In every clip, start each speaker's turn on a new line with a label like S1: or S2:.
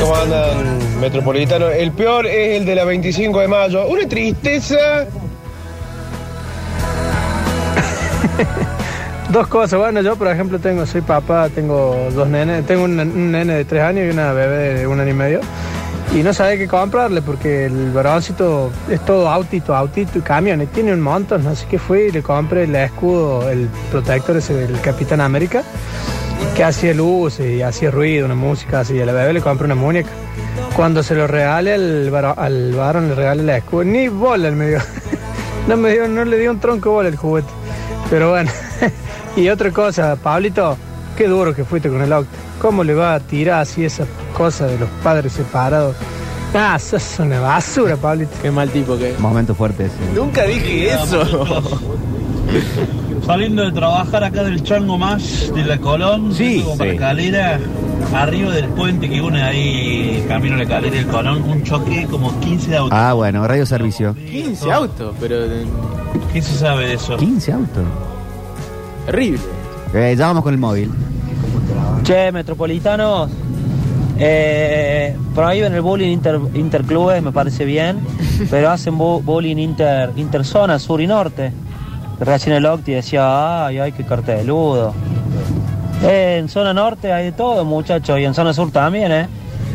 S1: ¿Cómo andan, Metropolitano? El peor es el de la 25 de mayo. Una tristeza.
S2: Dos cosas, bueno, yo por ejemplo tengo, soy papá, tengo dos nenes, tengo un, un nene de tres años y una bebé de un año y medio. Y no sabe qué comprarle porque el varoncito es todo autito, autito y camiones, tiene un montón. Así que fui y le compré el escudo, el protector ese del Capitán América, que hacía luz y hacía ruido, una música así. Y a la bebé le compré una muñeca. Cuando se lo regale al, varo- al varón, le regale el escudo, ni bola él me dio. No, me dio, no le dio un tronco de bola el juguete. Pero bueno. y otra cosa, Pablito, qué duro que fuiste con el Octa. ¿Cómo le va a tirar así esa cosa de los padres separados? Ah, sos una basura, Pablito.
S3: Qué mal tipo que es.
S4: Momentos fuertes.
S3: Nunca dije eso.
S5: Saliendo de trabajar acá del Chango Más de la Colón,
S6: Sí,
S5: vengo para
S6: sí.
S5: Calera, arriba del puente que une ahí camino a la Calera y el Colón, un choque como 15 de autos.
S4: Ah, bueno, radio servicio.
S3: 15 autos, pero eh,
S5: ¿Quién se sabe de eso?
S4: 15 autos.
S3: terrible.
S4: Eh, ya vamos con el móvil.
S7: Che, metropolitanos, eh, prohíben el bowling inter, interclubes, me parece bien, pero hacen bo- bowling inter, interzona, sur y norte. Recién el Octi decía, ay, ay, qué carteludo. Eh, en zona norte hay de todo, muchachos, y en zona sur también, ¿eh?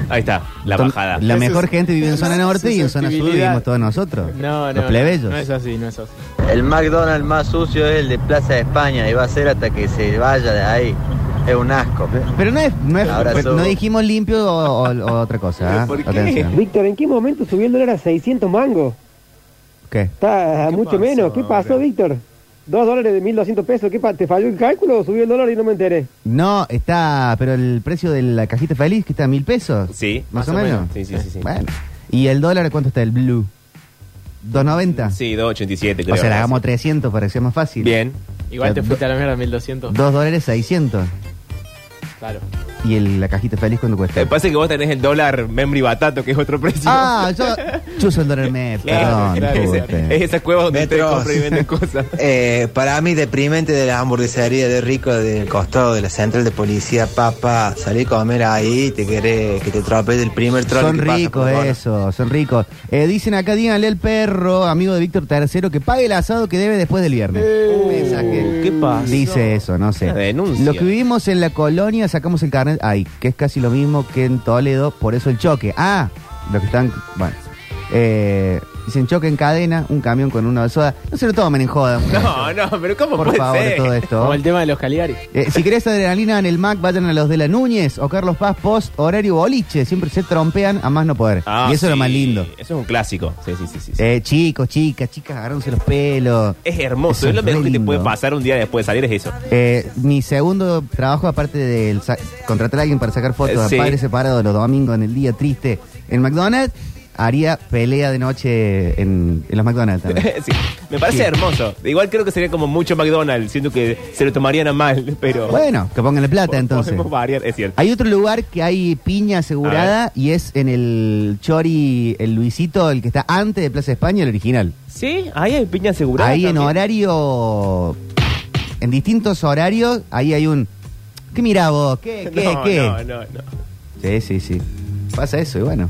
S6: Ahí está, la
S4: Tom-
S6: bajada.
S4: La
S3: Esa
S4: mejor
S3: es-
S4: gente vive en
S3: esa
S4: zona
S3: es
S4: norte y en zona sur
S3: susceptibilidad.
S4: vivimos todos nosotros.
S3: No, no.
S4: Los plebeyos.
S3: No es así, no es así.
S8: El McDonald's más sucio es el de Plaza de España y va a ser hasta que se vaya de ahí. Es un asco.
S4: Pero no es, no, es-
S8: Ahora
S4: pero
S8: sos-
S4: no dijimos limpio o, o- o otra cosa. ¿ah?
S3: ¿Por qué?
S4: Atención.
S9: Víctor, ¿en qué momento subió el dólar a 600 mangos?
S4: ¿Qué?
S9: Está a
S3: ¿Qué
S9: mucho
S3: pasó
S9: menos. ¿Qué pasó,
S3: ahora?
S9: Víctor? Dos dólares de 1.200 pesos. ¿Qué pa- ¿Te falló el cálculo o subió el dólar y no me enteré?
S4: No, está, pero el precio de la cajita feliz que está a mil pesos.
S6: Sí,
S4: más, o menos.
S6: Sí, sí, sí, sí.
S4: Bueno. ¿Y el dólar cuánto está? ¿El blue? ¿2.90?
S6: Sí, 287, creo.
S4: o sea, le hagamos 300 para que sea más fácil.
S6: Bien.
S3: Igual te
S4: Eh,
S3: fuiste a la mierda 1200.
S4: 2 dólares 600.
S3: Claro.
S4: ¿Y el- la cajita feliz cuánto cuesta?
S6: Eh, pasa que vos tenés el dólar membri batato, que es otro precio.
S4: Ah, yo, yo uso el dólar MEP,
S6: Claro,
S4: perdón.
S6: claro, es,
S4: disculpe.
S6: es esa cueva donde ustedes
S10: Metros.
S6: compran y venden cosas.
S10: Eh, para mí, deprimente de la hamburguesería de Rico del costado de la central de policía, papa. Salí a comer ahí, te querés que te atropelle el primer troll
S4: Son
S10: que pasa
S4: ricos
S10: por Bono.
S4: eso, son ricos. Eh, dicen acá, díganle al perro, amigo de Víctor Tercero, que pague el asado que debe después del viernes. Un mensaje.
S6: ¿Qué pasa?
S4: Dice eso, no sé.
S6: Una denuncia.
S4: Lo que vivimos en la colonia, sacamos el carnet. Ay, que es casi lo mismo que en Toledo, por eso el choque. Ah, los que están. Bueno. Eh, dicen choque en cadena, un camión con una de soda. No se lo tomen en joda.
S6: No, no, pero ¿cómo
S4: por
S6: puede
S4: favor,
S6: ser?
S4: todo esto.
S3: Como el tema de los Caligaris.
S4: Eh, si querés adrenalina en el Mac, vayan a los de la Núñez o Carlos Paz Post, horario boliche. Siempre se trompean a más no poder.
S6: Ah,
S4: y eso es lo
S6: sí,
S4: más lindo.
S6: Eso es un clásico. Sí, sí, sí. sí, sí.
S4: Eh, chicos, chicas, chicas, agárrense los pelos.
S6: es
S4: eso
S6: hermoso. Es lo
S4: es
S6: mejor
S4: re
S6: que te
S4: lindo.
S6: puede pasar un día después de salir, es eso.
S4: Eh, mi segundo trabajo, aparte de contratar a alguien para sacar fotos
S6: Eh, sí.
S4: a padres separados los domingos en el día triste en McDonald's, haría pelea de noche en, en los McDonald's también.
S6: Sí, me parece
S4: Sí.
S6: hermoso. Igual creo que sería como mucho McDonald's, siento que se lo tomarían a mal, pero.
S4: bueno, que pongan la plata entonces.
S6: Podemos variar, es cierto.
S4: Hay otro lugar que hay piña asegurada y es en el Chori, el Luisito, el que está antes de Plaza de España, el original.
S6: Sí, ahí hay piña asegurada.
S4: ahí en
S6: también.
S4: horario. En distintos horarios, ahí hay un. ¿Qué mirá vos? ¿Qué? ¿Qué?
S6: No,
S4: ¿Qué?
S6: no, no, no.
S4: Sí, sí, sí. Pasa eso y bueno.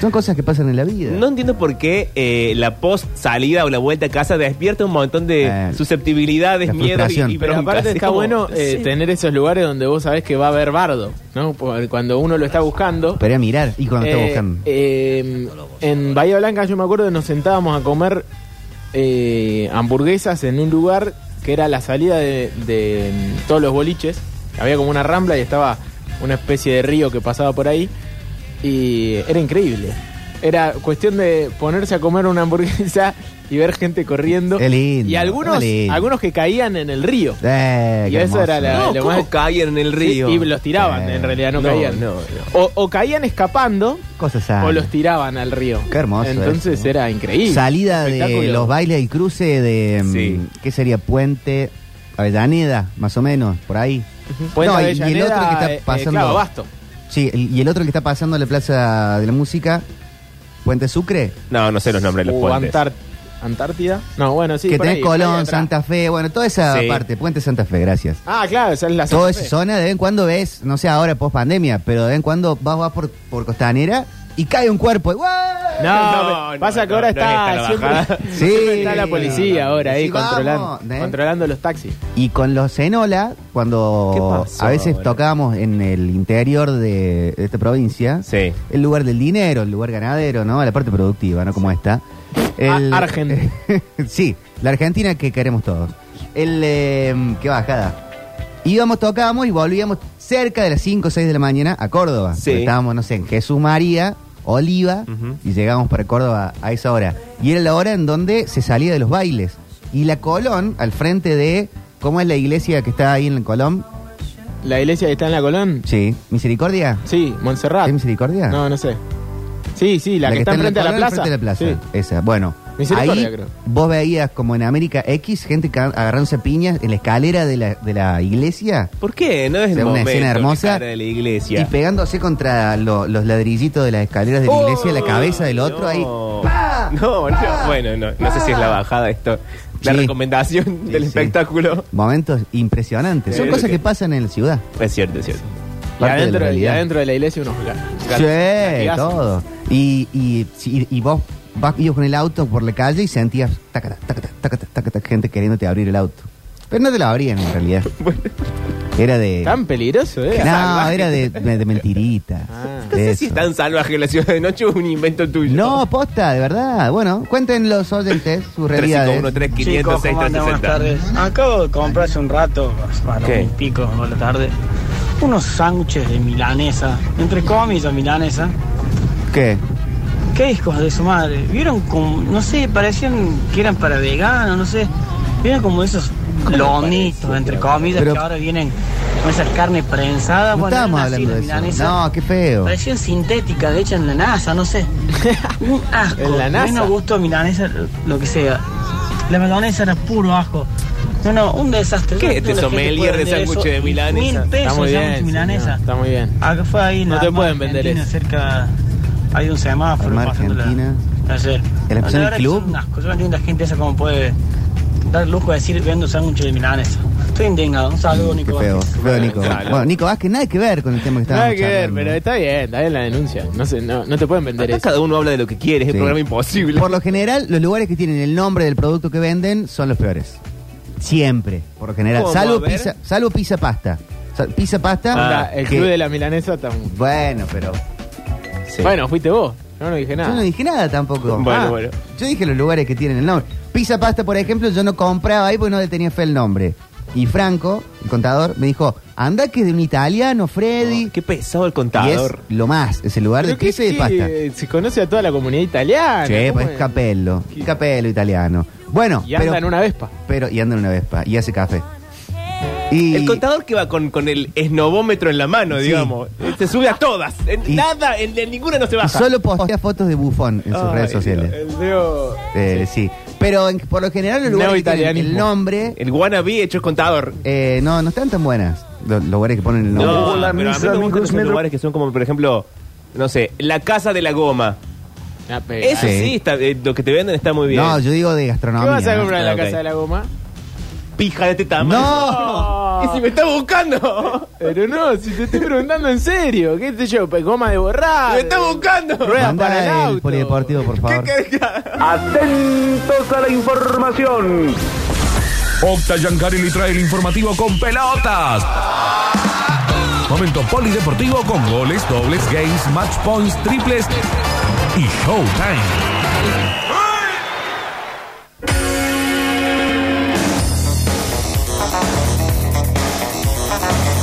S4: Son cosas que pasan en la vida.
S6: No entiendo por qué eh, la post salida o la vuelta a casa despierta un montón de
S4: Eh,
S6: susceptibilidades,
S4: la
S6: miedos y,
S4: frustración.
S6: y
S3: Pero
S6: broncas.
S3: aparte
S6: Es
S3: está
S6: como-
S3: bueno eh,
S6: sí.
S3: tener esos lugares donde vos sabés que va a haber bardo, ¿no? Por- Cuando uno lo está buscando.
S4: Pero a mirar y cuando Ah, está
S3: Eh,
S4: buscando.
S3: eh, en Bahía Blanca yo me acuerdo que nos sentábamos a comer eh, hamburguesas en un lugar que era la salida de, de, mm, todos los boliches. Había como una rambla y estaba una especie de río que pasaba por ahí. Y era increíble. Era cuestión de ponerse a comer una hamburguesa y ver gente corriendo.
S4: Qué lindo,
S3: y algunos,
S4: qué lindo.
S3: algunos que caían en el río.
S4: Eh,
S3: y
S4: qué
S3: eso era la-
S4: hermoso.
S6: No,
S3: lo
S6: ¿cómo
S3: más-
S6: caían en el río?
S3: Y los tiraban,
S4: Eh,
S3: en realidad no,
S6: no,
S3: caían.
S6: no,
S3: O, o caían escapando
S4: Cosas sanas.
S3: o los tiraban al río.
S4: Qué hermoso
S3: Entonces
S4: eso.
S3: era increíble.
S4: Salida de
S3: Espectáculo.
S4: los bailes y cruce de. mm,
S6: Sí.
S4: ¿Qué sería? Puente Avellaneda, más o menos, por ahí.
S3: Puente
S4: No, y- y el
S3: Avellaneda,
S4: otro que está
S3: eh, eh,
S4: pasando-
S3: claro, Basto.
S4: Sí, el- y el otro que está pasando en la Plaza de la Música, Puente Sucre.
S6: No, no sé los nombres de los
S3: O
S6: puentes.
S3: Antart- Uh, Antártida. No, bueno, sí.
S4: que
S3: por
S4: tenés
S3: ahí, por ahí
S4: Colón,
S3: atrás.
S4: Santa Fe, bueno, toda esa
S3: Sí.
S4: parte, Puente Santa Fe, gracias.
S3: Ah, claro, esa es la
S4: Toda
S3: Santa
S4: esa
S3: Fe.
S4: zona, de vez en cuando ves, no sé ahora post pandemia, pero de vez en cuando vas, vas por, por Costanera y cae un cuerpo. y ¡guau!
S3: No, pasa que ahora está, siempre,
S4: Sí.
S3: siempre está la policía ahora ahí
S4: Sí, vamos,
S3: controlando,
S4: ¿eh?
S3: controlando los taxis.
S4: Y con los Cenola, cuando
S3: ¿Qué pasó
S4: a veces
S3: ahora?
S4: tocábamos en el interior de, de esta provincia,
S6: Sí.
S4: el lugar del dinero, el lugar ganadero, ¿no? La parte productiva, ¿no? Como esta. El-
S3: A- Argent.
S4: sí, la Argentina que queremos todos. El, eh, qué bajada. Íbamos, tocábamos y volvíamos cerca de las 5 o 6 de la mañana a Córdoba.
S6: Sí.
S4: Estábamos, no sé, en Jesús María, Oliva,
S6: Ujú.
S4: y llegábamos para Córdoba a esa hora. Y era la hora en donde se salía de los bailes. Y la Colón, al frente de, ¿cómo es la iglesia que está ahí en la Colón?
S3: La iglesia que está en la Colón.
S4: Sí, Misericordia.
S3: Sí, Montserrat.
S4: ¿Es Misericordia?
S3: Ah. No, no sé. Sí, sí, la, que, está
S4: en
S3: enfrente de la
S4: Colón,
S3: plaza.
S4: enfrente de la plaza. Esa, bueno.
S3: Misericordia,
S4: ahí
S3: creo.
S4: vos veías como en América X gente ca- agarrándose a piñas en la escalera de la, de la iglesia
S6: ¿Por qué? No es el
S4: Sea una
S6: momento.
S4: escena hermosa.
S6: cara de la iglesia.
S4: y pegándose contra lo- los ladrillitos de las escaleras de la iglesia, la cabeza del otro
S6: No.
S4: ahí.
S6: No, no, bueno, no, no sé si es la bajada esto. La
S4: Sí.
S6: recomendación del
S4: sí.
S6: espectáculo.
S4: Momentos impresionantes.
S6: Sí,
S4: Son
S6: lo
S4: cosas
S6: que-
S4: que pasan en la ciudad.
S6: Es cierto, es cierto.
S3: Y
S4: Parte de la
S3: adentro, y
S4: realidad.
S3: adentro de la iglesia unos gatos.
S4: Sí, todo. Y, y, sí, y vos vas ibas con el auto por la calle y sentías tacata, tacata, tacata, tacata, gente queriéndote abrir el auto. Pero no te lo abrían en realidad. Era de.
S3: Tan peligroso, ¿eh?
S4: No, era de, de- de mentirita.
S3: Ah.
S6: No sé si es
S4: Eso.
S6: tan salvaje la ciudad de noche o un invento tuyo.
S4: No, posta, de verdad. Bueno, cuenten los oyentes sus realidades.
S6: 351 3500 6360
S2: Acabo de comprar hace un rato, para
S6: ¿Qué?
S2: un pico por la tarde, unos sándwiches de milanesa, entre comillas milanesa.
S4: ¿Qué?
S2: ¿Qué discos de su madre? Vieron como, no sé, parecían que eran para veganos, no sé. Vieron como esos lomitos, entre comillas,
S4: Pero-
S2: que ahora vienen con esas carnes prensadas.
S4: No
S2: bueno,
S4: estábamos
S2: eran así
S4: hablando
S2: las
S4: de eso.
S2: milanesas.
S4: No, qué feo.
S2: Parecían sintéticas, de hecho en la NASA, no sé. Un asco.
S3: En la NASA.
S2: Menos gusto a milanesa, lo que sea. La mayonesa era puro asco. No, no, un desastre.
S6: ¿Qué
S2: Yo
S6: es
S2: no
S6: este
S2: entiendo la gente
S6: sommelier
S2: que
S6: de
S2: puede vender
S6: sándwiches de
S2: eso.
S6: milanesa?
S2: Mil
S3: Está
S2: pesos
S3: muy
S2: el sándwich
S3: bien.
S2: milanesa.
S3: señor, Está muy bien.
S2: Acá fue ahí en
S3: No
S2: la
S3: te
S2: Armada
S3: pueden vender
S2: Argentina,
S3: eso.
S2: cerca hay un semáforo
S4: Armada
S2: pasando la-
S4: Argentina.
S2: ayer.
S4: ¿En la
S2: No,
S4: Pasión del
S2: verdad que
S4: Club?
S2: son un asco. Yo no entiendo a la gente esa como puede dar lujo de decir vendo sándwiches de milanesa. Estoy indignado. Un saludo,
S4: Mm, Qué
S2: Nico.
S4: feo,
S2: Vázquez.
S4: qué feo, Nico. Bueno, Nico Vázquez, nada que ver con el tema que estábamos
S3: Nada que ver,
S4: charlando.
S3: pero está bien, está bien la denuncia. No, sé, no, no te pueden vender
S6: Acá
S3: eso.
S6: cada uno habla de lo que quiere, es
S4: Sí.
S6: el programa imposible.
S4: Por lo general, los lugares que tienen el nombre del producto que venden son los peores. Siempre, por lo general.
S6: ¿Cómo? A
S4: Salvo
S6: ver.
S4: pizza, salvo pizza pasta. Sa- Pizza pasta.
S3: Onda, Ah, el
S4: que-
S3: club de la milanesa está...
S4: Bueno, pero.
S6: Sí.
S3: Bueno, fuiste vos. Yo no dije nada.
S4: Yo no dije nada tampoco. Ah,
S6: Bueno, bueno.
S4: Yo dije los lugares que tienen el nombre. Pizza Pasta, por ejemplo, yo no compraba ahí porque no le tenía fe el nombre. Y Franco, el contador, me dijo, anda que es de un italiano, Freddy.
S6: qué pesado el
S4: y es
S6: contador.
S4: lo más, ese lugar de
S3: Pero que
S4: pizza y de
S3: sí,
S4: pasta.
S3: eh, Se conoce a toda la comunidad italiana.
S4: Che,
S3: ¿cómo
S4: pues
S3: es?
S4: es capello,
S3: ¿Qué?
S4: capello italiano. Bueno,
S3: Y anda
S4: pero-
S3: en una vespa.
S4: pero y anda en una vespa y hace café. Y
S6: El contador que va con, con el esnobómetro en la mano,
S4: Sí.
S6: digamos. Eh, Se sube a todas. En
S4: Y-
S6: nada, en, en ninguna no se
S4: y
S6: baja.
S4: solo postea fotos de bufón en sus
S6: Ay,
S4: redes sociales.
S3: El dedo-
S4: Eh, sí. Pero en- por lo general los lugares que tienen el
S3: Neoitalianismo.
S4: nombre
S6: El wannabe hecho es contador.
S4: eh, no, no están tan buenas. Lo- Los lugares que ponen el nombre.
S6: No, pero a mí me gustan esos lugares que son como, por ejemplo, no sé, la casa de la goma.
S3: Ah, pega,
S6: Eso
S4: Sí.
S6: sí, está- eh, lo que te venden está muy bien.
S4: No, yo digo de
S3: ¿Qué
S4: gastronomía.
S3: vas a
S4: ¿no?
S3: comprar en
S6: Ah,
S3: la
S6: ok.
S3: casa de la goma?
S6: Pija de este tamaño.
S4: ¡No!
S6: ¡Y si me está buscando!
S3: Pero no, si te estoy preguntando en serio, ¿qué sé yo? Pues Goma de borrar.
S6: ¡Me está buscando!
S3: Rueda
S4: Mandá
S3: para el
S4: el
S3: auto.
S4: polideportivo, por favor.
S11: Atentos a la información. Octa Yancari le trae el informativo con pelotas. Momento polideportivo con goles, dobles, games, match points, triples y showtime.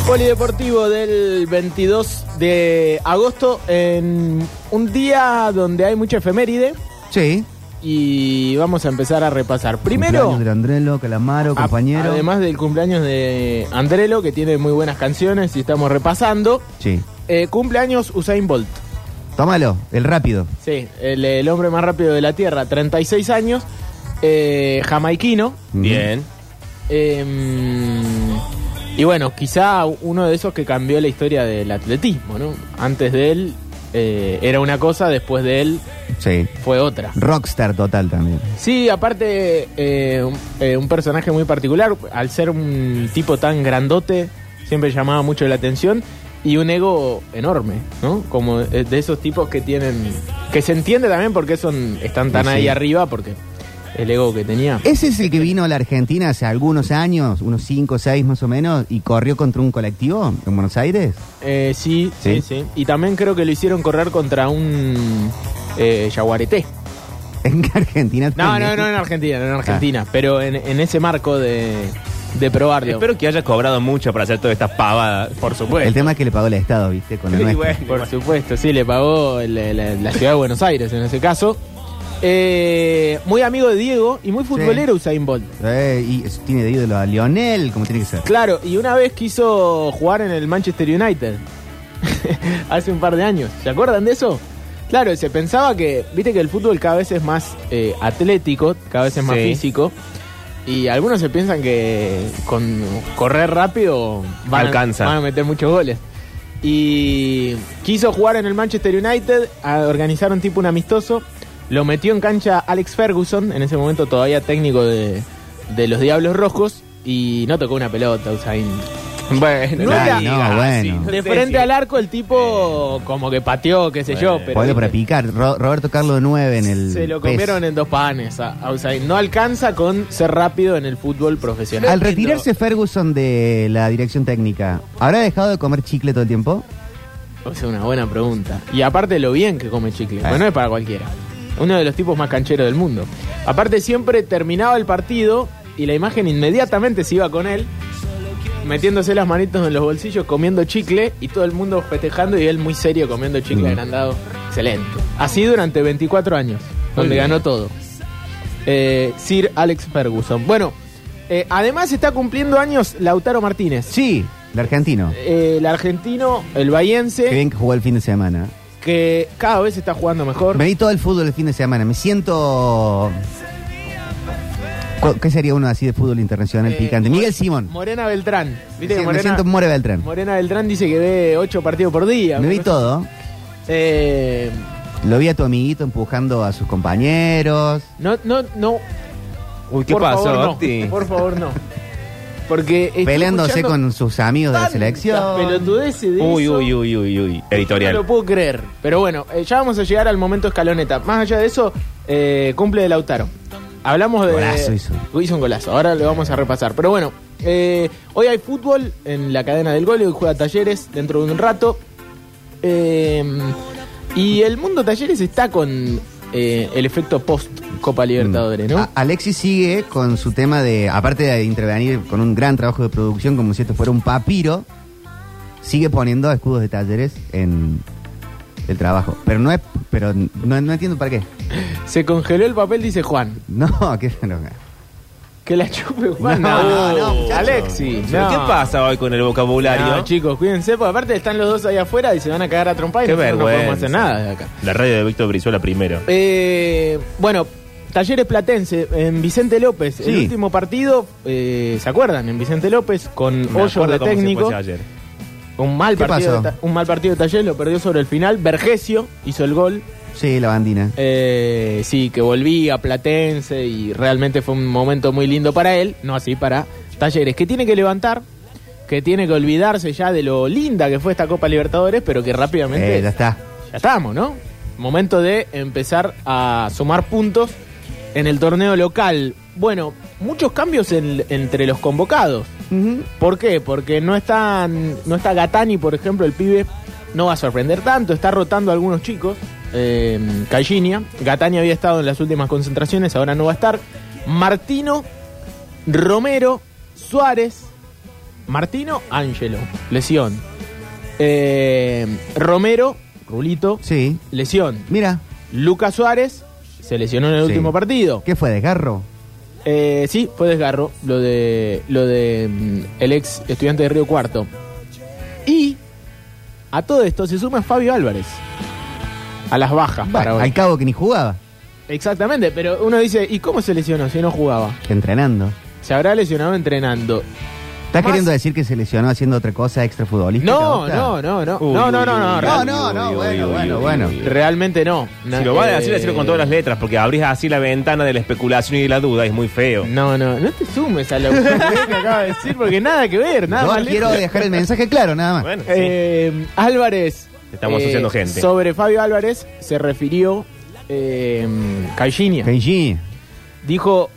S3: Polideportivo del 22 de agosto, en un día donde hay mucha efeméride
S4: Sí.
S3: y vamos a empezar a repasar. Primero,
S4: Cumpleaños de Andrelo, Calamaro,
S3: a-
S4: compañero.
S3: además del cumpleaños de Andrelo, que tiene muy buenas canciones y estamos repasando,
S4: Sí.
S3: eh, cumpleaños Usain Bolt.
S4: Tómalo, el rápido.
S3: Sí, el, el hombre más rápido de la Tierra, 36 años, eh, jamaiquino.
S6: Bien.
S3: eh, y bueno, quizá uno de esos que cambió la historia del atletismo, ¿no? Antes de él eh, era una cosa, después de él
S4: Sí.
S3: fue otra.
S4: Rockstar total también.
S3: Sí, aparte, eh, un, eh, un personaje muy particular, al ser un tipo tan grandote, siempre llamaba mucho la atención y un ego enorme, ¿no? Como eh, de esos tipos que tienen. que se entiende también porque son, están tan
S4: Sí, sí.
S3: ahí arriba, porque el ego que tenía.
S4: Ese es el que vino a la Argentina hace algunos años, unos 5 o 6 más o menos, y corrió contra un colectivo en Buenos Aires.
S3: Eh, sí, sí,
S4: Sí.
S3: sí, Y también creo que lo hicieron correr contra un eh, yaguareté.
S4: En Argentina
S3: No,
S4: también.
S3: no, no en Argentina, no en Argentina, pero en, en ese marco de, de probarlo.
S6: Espero que haya cobrado mucho para hacer todas estas pavadas. Por
S4: El tema es que le pagó el Estado, ¿viste? Con la
S6: Sí,
S4: nuestra.
S6: bueno,
S3: Por supuesto, sí, le pagó el- el- la ciudad de Buenos Aires en ese caso. Eh, muy amigo de Diego y muy futbolero Usain Bolt.
S4: Eh, y es- tiene de ídolo a Lionel, como tiene que ser.
S3: Claro, y una vez quiso jugar en el Manchester United. Hace un par de años. ¿Se acuerdan de eso? Claro, se pensaba que, viste que el fútbol cada vez es más eh, atlético, cada vez es más
S6: Sí.
S3: físico. Y algunos se piensan que con correr rápido van, a-
S6: Alcanza.
S3: van a meter muchos goles. Y quiso jugar en el Manchester United, a- organizaron tipo un amistoso. Lo metió en cancha Alex Ferguson, en ese momento todavía técnico de, de los Diablos Rojos. Y no tocó una pelota, Usain.
S6: Bueno,
S3: No era-
S4: no, bueno.
S3: De frente al arco el tipo como que pateó, qué sé yo, pero
S4: Podelo para picar. Ro- Roberto Carlos de 9 en el.
S3: se lo
S4: PES.
S3: comieron en dos panes a, a Usain. No alcanza con ser rápido en el fútbol profesional.
S4: Al retirarse Ferguson de la dirección técnica, ¿habrá dejado de comer chicle todo el tiempo?
S3: Es una buena pregunta. Y aparte lo bien que come chicle. Bueno, no es para cualquiera. Uno de los tipos más cancheros del mundo. Aparte siempre terminaba el partido y la imagen inmediatamente se iba con él, metiéndose las manitos en los bolsillos, comiendo chicle y todo el mundo festejando y él muy serio comiendo chicle
S4: Mm.
S3: agrandado. Excelente. Así durante 24 años, donde
S6: bien.
S3: ganó todo. Eh, Sir Alex Ferguson. Bueno, eh, además está cumpliendo años Lautaro Martínez.
S4: Sí, el argentino.
S3: Eh, el argentino, el
S4: Qué
S3: bahiense,
S4: bien que jugó el fin de semana.
S3: que cada vez está jugando mejor.
S4: Me vi todo el fútbol el fin de semana. Me siento. ¿Cu- ¿Qué sería uno así de fútbol internacional
S3: Eh,
S4: picante? Miguel Simón.
S3: Morena Beltrán. ¿Viste que
S4: Sí, me
S3: Morena,
S4: siento More Beltrán.
S3: Morena Beltrán dice que ve ocho partidos por día.
S4: Me vi todo.
S3: Eh,
S4: Lo vi a tu amiguito empujando a sus compañeros.
S3: no, no, no.
S6: Uy, ¿qué
S3: por
S6: pasó,
S3: favor, no.
S6: Octi?
S3: Por favor, no. Porque estoy
S4: Peleándose
S3: escuchando
S4: con sus amigos de la
S3: tantas
S4: selección.
S3: pelotudeces de
S6: Uy,
S3: eso,
S6: uy, uy, uy, uy.
S3: No lo
S6: Editorial.
S3: puedo creer. Pero bueno, eh, ya vamos a llegar al momento escaloneta. Más allá de eso, eh, cumple de Lautaro. Hablamos de.
S4: Golazo hizo.
S3: Hizo un golazo. Ahora lo vamos a repasar. Pero bueno, eh, hoy hay fútbol en la cadena del gol. Hoy juega Talleres dentro de un rato. Eh, y el mundo Talleres está con eh, el efecto post Copa
S4: Mm.
S3: Libertadores, ¿no?
S4: A- Alexis sigue con su tema de, aparte de intervenir con un gran trabajo de producción, como si esto fuera un papiro, sigue poniendo escudos de talleres en el trabajo. Pero no es, pero no, no entiendo para qué.
S3: Se congeló el papel, dice Juan.
S4: No, que no.
S3: Que la chupe Juan.
S4: No, no, no, muchacho.
S3: Alexi.
S6: ¿Pero
S3: no.
S6: ¿Qué pasa hoy con el vocabulario?
S3: No, chicos, cuídense, porque aparte están los dos ahí afuera y se van a cagar a trompar y
S6: Qué
S3: nosotros no podemos
S6: vergüenza.
S3: hacer nada de acá.
S6: La radio de Víctor Brizuela primero.
S3: Eh, bueno, Talleres Platense, en Vicente López, el
S4: Sí.
S3: último partido, eh, ¿se acuerdan? En Vicente López, con
S6: Me
S3: Hoyo
S6: acuerdo
S3: de
S6: como si
S3: técnico.
S6: fuese ayer.
S3: Un mal,
S4: ¿Qué
S3: partido de
S4: pasó?
S3: Ta- un mal partido de Talleres, lo perdió sobre el final. Vergesio hizo el gol.
S4: Sí, la bandina.
S3: Eh, sí, que volvía a Platense y realmente fue un momento muy lindo para él, no así para Talleres, que tiene que levantar, que tiene que olvidarse ya de lo linda que fue esta Copa Libertadores, pero que rápidamente
S4: Eh, ya está.
S3: ya estamos, ¿no? Momento de empezar a sumar puntos en el torneo local. Bueno, muchos cambios en- entre los convocados.
S4: Ujú.
S3: ¿Por qué? Porque no están, no está Gatani, por ejemplo, el pibe no va a sorprender tanto, está rotando a algunos chicos. Eh, Callinia, Gatani había estado en las últimas concentraciones, ahora no va a estar. Martino, Romero, Suárez, Martino, Ángelo, lesión. Eh, Romero, Rulito,
S4: Sí.
S3: lesión.
S4: Mira,
S3: Lucas Suárez se lesionó en el
S4: Sí.
S3: último partido.
S4: ¿qué fue? ¿Desgarro?
S3: Eh, sí, fue desgarro lo de lo de mm, el ex estudiante de Río Cuarto. Y a todo esto se suma Fabio Álvarez. A las bajas para
S4: Bueno,
S3: hoy.
S4: al cabo que ni jugaba,
S3: Exactamente, pero uno dice, ¿y cómo se lesionó si no jugaba?
S4: entrenando.
S3: Se habrá lesionado entrenando.
S4: ¿Estás queriendo decir que se lesionó haciendo otra cosa extra futbolística?
S3: No,
S4: Octa?
S3: no, no, no. no, no, no, no.
S4: No, no, no, bueno, bueno, bueno.
S3: Realmente no. eh,
S6: Si lo van a decir, decirlo con todas las letras, porque abrís así la ventana de la especulación y de la duda, es muy feo.
S3: No, no, no te sumes a lo que acaba de decir, porque nada que ver, nada
S4: Yo
S3: más
S4: quiero
S3: lejos.
S4: dejar el mensaje claro, nada más.
S6: Bueno, sí.
S3: Eh, Álvarez. eh,
S6: Estamos asociando gente.
S3: Sobre Fabio Álvarez se refirió eh, Caixinha.
S4: Kenji,
S3: Dijo,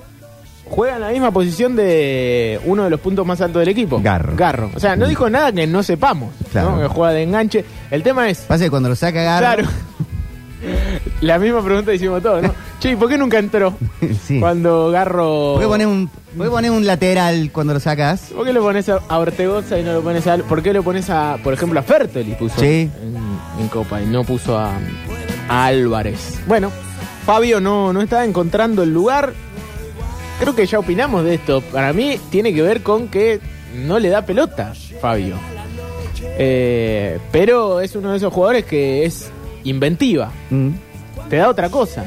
S3: juega en la misma posición de uno de los puntos más altos del equipo.
S4: Garro.
S3: Garro. O sea, no dijo nada que no sepamos.
S4: Claro.
S3: ¿no? Que juega de enganche. El tema es...
S4: Pasa que cuando lo saca Garro.
S3: Claro. la misma pregunta hicimos todos, ¿no? che, ¿y por qué nunca entró?
S4: sí.
S3: Cuando Garro...
S4: ¿Por qué pones un, por qué pones un lateral cuando lo sacas?
S3: ¿Por qué lo pones a, a Ortegoza y no lo pones a... ¿Por qué lo pones a, por ejemplo, a Fertoli puso
S4: Sí.
S3: en, en Copa y no puso a, a Álvarez? Bueno, Fabio no, no está encontrando el lugar. Creo que ya opinamos de esto. Para mí tiene que ver con que no le da pelota Fabio. Eh, pero es uno de esos jugadores que es inventiva.
S4: Mm.
S3: Te da otra cosa.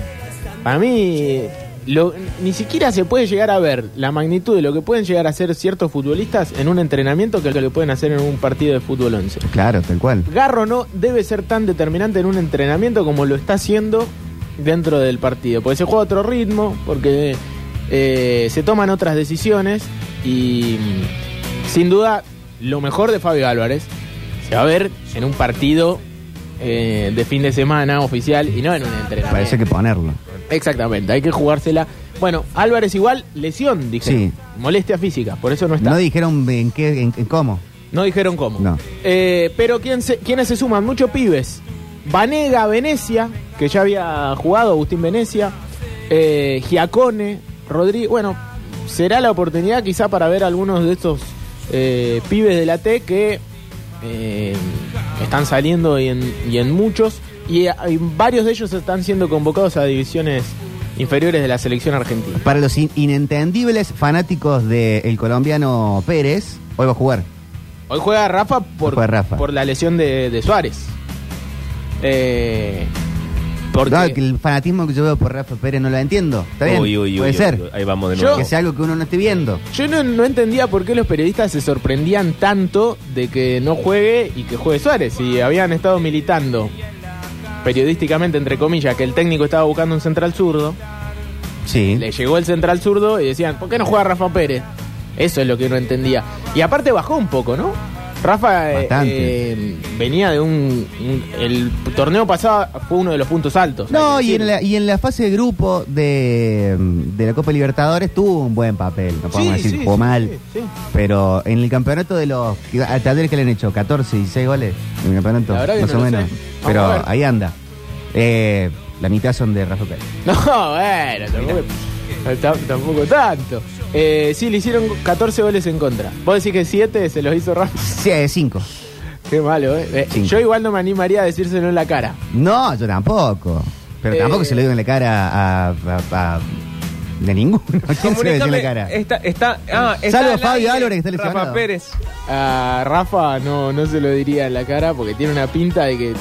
S3: Para mí, lo- ni siquiera se puede llegar a ver la magnitud de lo que pueden llegar a hacer ciertos futbolistas en un entrenamiento que lo que pueden hacer en un partido de fútbol 11.
S4: Claro, tal cual.
S3: Garro no debe ser tan determinante en un entrenamiento como lo está haciendo dentro del partido. Porque se juega a otro ritmo, porque eh, se toman otras decisiones y mm, sin duda lo mejor de Fabio Álvarez se va a ver en un partido eh, de fin de semana oficial y no en un entrenamiento.
S4: Parece que ponerlo.
S3: Exactamente, hay que jugársela. Bueno, Álvarez igual, lesión, dije.
S4: Sí.
S3: Molestia física, por eso no está.
S4: No dijeron en qué, en, en cómo.
S3: No dijeron cómo.
S4: No.
S3: Eh, pero ¿quién se- ¿quiénes se suman? Muchos pibes. Vanega, Venecia, que ya había jugado Agustín Venecia. Eh, Giacone, Rodríguez. Bueno, será la oportunidad quizá para ver algunos de estos eh, pibes de la T que eh, están saliendo y en, y en muchos. Y, eh, y varios de ellos están siendo convocados a divisiones inferiores de la selección argentina.
S4: Para los in- inentendibles fanáticos del colombiano Pérez, hoy va a jugar.
S3: Hoy juega Rafa por,
S4: Juega Rafa.
S3: por la lesión de, de Suárez. Eh, porque
S4: No, que el fanatismo que yo veo por Rafa Pérez no lo entiendo. ¿Está bien?
S6: Uy, uy, uy,
S4: Puede
S6: uy,
S4: ser.
S6: uy, ahí vamos de
S3: Yo-
S6: nuevo.
S4: Que sea algo que uno no esté viendo.
S3: yo no, no entendía por qué los periodistas se sorprendían tanto de que no juegue y que juegue Suárez. Y habían estado militando periodísticamente, entre comillas, que el técnico estaba buscando un central zurdo.
S4: Sí.
S3: Le llegó el central zurdo y decían, ¿por qué no juega Rafa Pérez? Eso es lo que uno entendía. Y aparte bajó un poco, ¿no? Rafa eh,
S4: Bastante.
S3: eh, venía de un, un- El torneo pasado fue uno de los puntos altos.
S4: No,
S3: hay que
S4: y en, la,
S3: decirlo.
S4: y en la fase de grupo de, mm, de la Copa Libertadores tuvo un buen papel. No podemos
S3: Sí,
S4: decir
S3: sí,
S4: que jugó
S3: sí,
S4: mal.
S3: sí, sí.
S4: Pero en el campeonato de los. A Tadel que le han hecho 14, 16 goles. En el campeonato,
S3: La verdad que
S4: más
S3: no
S4: o
S3: lo
S4: menos.
S3: sé. Vamos a ver.
S4: Pero ahí anda. Eh, la mitad son de Rafa Pérez.
S3: No, bueno, tampoco, tam- tampoco tanto. Eh, sí, le hicieron 14 goles en contra. Vos decís que 7 se los hizo Rafa.
S4: Sí, de 5.
S3: Qué malo, ¿eh? Eh,
S4: Cinco.
S3: Yo igual no me animaría a decírselo en la cara.
S4: No, yo tampoco. Pero
S3: Eh.
S4: tampoco se lo digo en la cara a. a- a- de ninguno. ¿Quién se lo dice en la cara?
S6: Está, está, ah, está
S4: Salvo
S6: al
S4: Fabio
S6: aire,
S4: Álvarez, que está
S6: Rafa
S4: lesionado.
S6: Pérez.
S3: A Rafa no, no se lo diría en la cara porque tiene una pinta de que eh,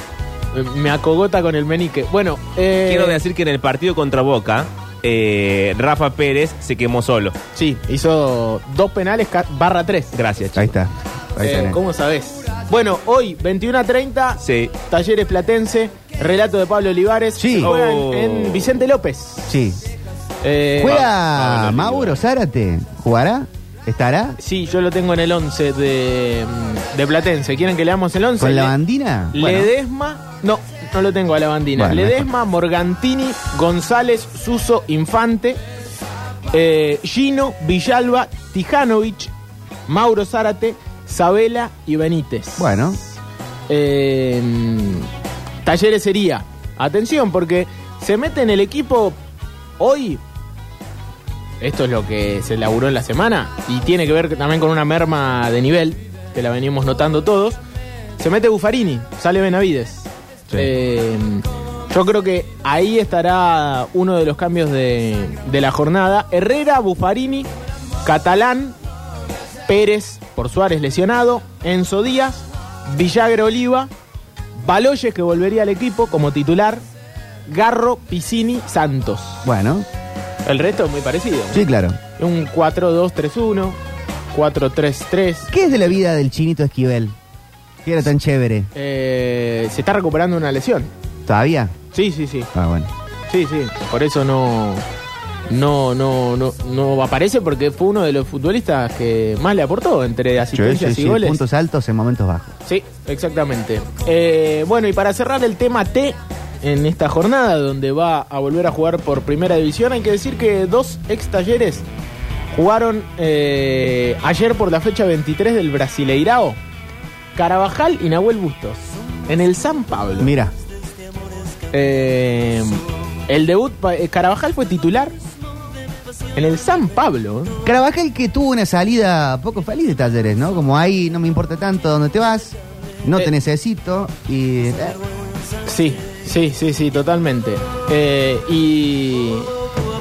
S3: me acogota con el menique. Bueno, eh,
S6: Quiero decir que en el partido contra Boca, eh, Rafa Pérez se quemó solo.
S3: Sí, hizo dos penales ca- barra tres.
S6: Gracias, chicos.
S4: Ahí está. Ahí
S3: Eh,
S4: tenés.
S3: ¿Cómo sabés? Bueno, hoy 21 a 30,
S6: Sí.
S3: Talleres Platense, relato de Pablo Olivares.
S4: Sí.
S3: Se juegan
S6: Oh.
S3: en Vicente López.
S4: Sí.
S3: Eh,
S4: ¿Juega
S6: Pablo
S4: Mauro Zárate? ¿Jugará? ¿Estará?
S3: Sí, yo lo tengo en el 11 de, de Platense. ¿Quieren que leamos el 11?
S4: ¿Con la
S3: Le-
S4: bandina? Bueno,
S3: Ledesma. No, no lo tengo a la bandina.
S4: Bueno,
S3: Ledesma, Morgantini, González, Suso, Infante, eh, Gino, Villalba, Tijanovic, Mauro Zárate, Sabela y Benítez.
S4: bueno.
S3: Eh, talleres sería. Atención, porque se mete en el equipo hoy. Esto es lo que se laburó en la semana y tiene que ver también con una merma de nivel, que la venimos notando todos. Se mete Bufarini, sale Benavides.
S4: Sí.
S3: Eh, yo creo que ahí estará uno de los cambios de, de la jornada. Herrera, Bufarini, Catalán, Pérez por Suárez lesionado, Enzo Díaz, Villagra Oliva, Baloyes que volvería al equipo como titular, Garro, Piscini, Santos.
S4: Bueno,
S3: El resto es muy parecido.
S4: sí, claro.
S3: Un 4-2-3-1. 4-3-3.
S4: ¿Qué es de la vida del chinito Esquivel? Que era tan chévere.
S3: Eh, se está recuperando una lesión.
S4: ¿Todavía?
S3: Sí, sí, sí.
S4: Ah, bueno.
S3: Sí, sí. Por eso no. No, no, no, no aparece porque fue uno de los futbolistas que más le aportó entre asistencias
S4: Sí, sí,
S3: y
S4: sí,
S3: goles.
S4: Puntos altos en momentos bajos.
S3: Sí, exactamente. Eh, bueno, y para cerrar el tema T, en esta jornada donde va a volver a jugar por primera división, hay que decir que dos ex talleres jugaron eh, ayer por la fecha 23 del Brasileirao. Carabajal y Nahuel Bustos. En el San Pablo.
S4: Mira,
S3: Eh, el debut, pa- eh, Carabajal fue titular en el San Pablo. ¿eh?
S4: Carabajal que tuvo una salida poco feliz de talleres, ¿no? Como ahí no me importa tanto dónde te vas, no
S3: Eh.
S4: te necesito y... eh,
S3: Sí, sí, sí, sí, totalmente. Eh, y.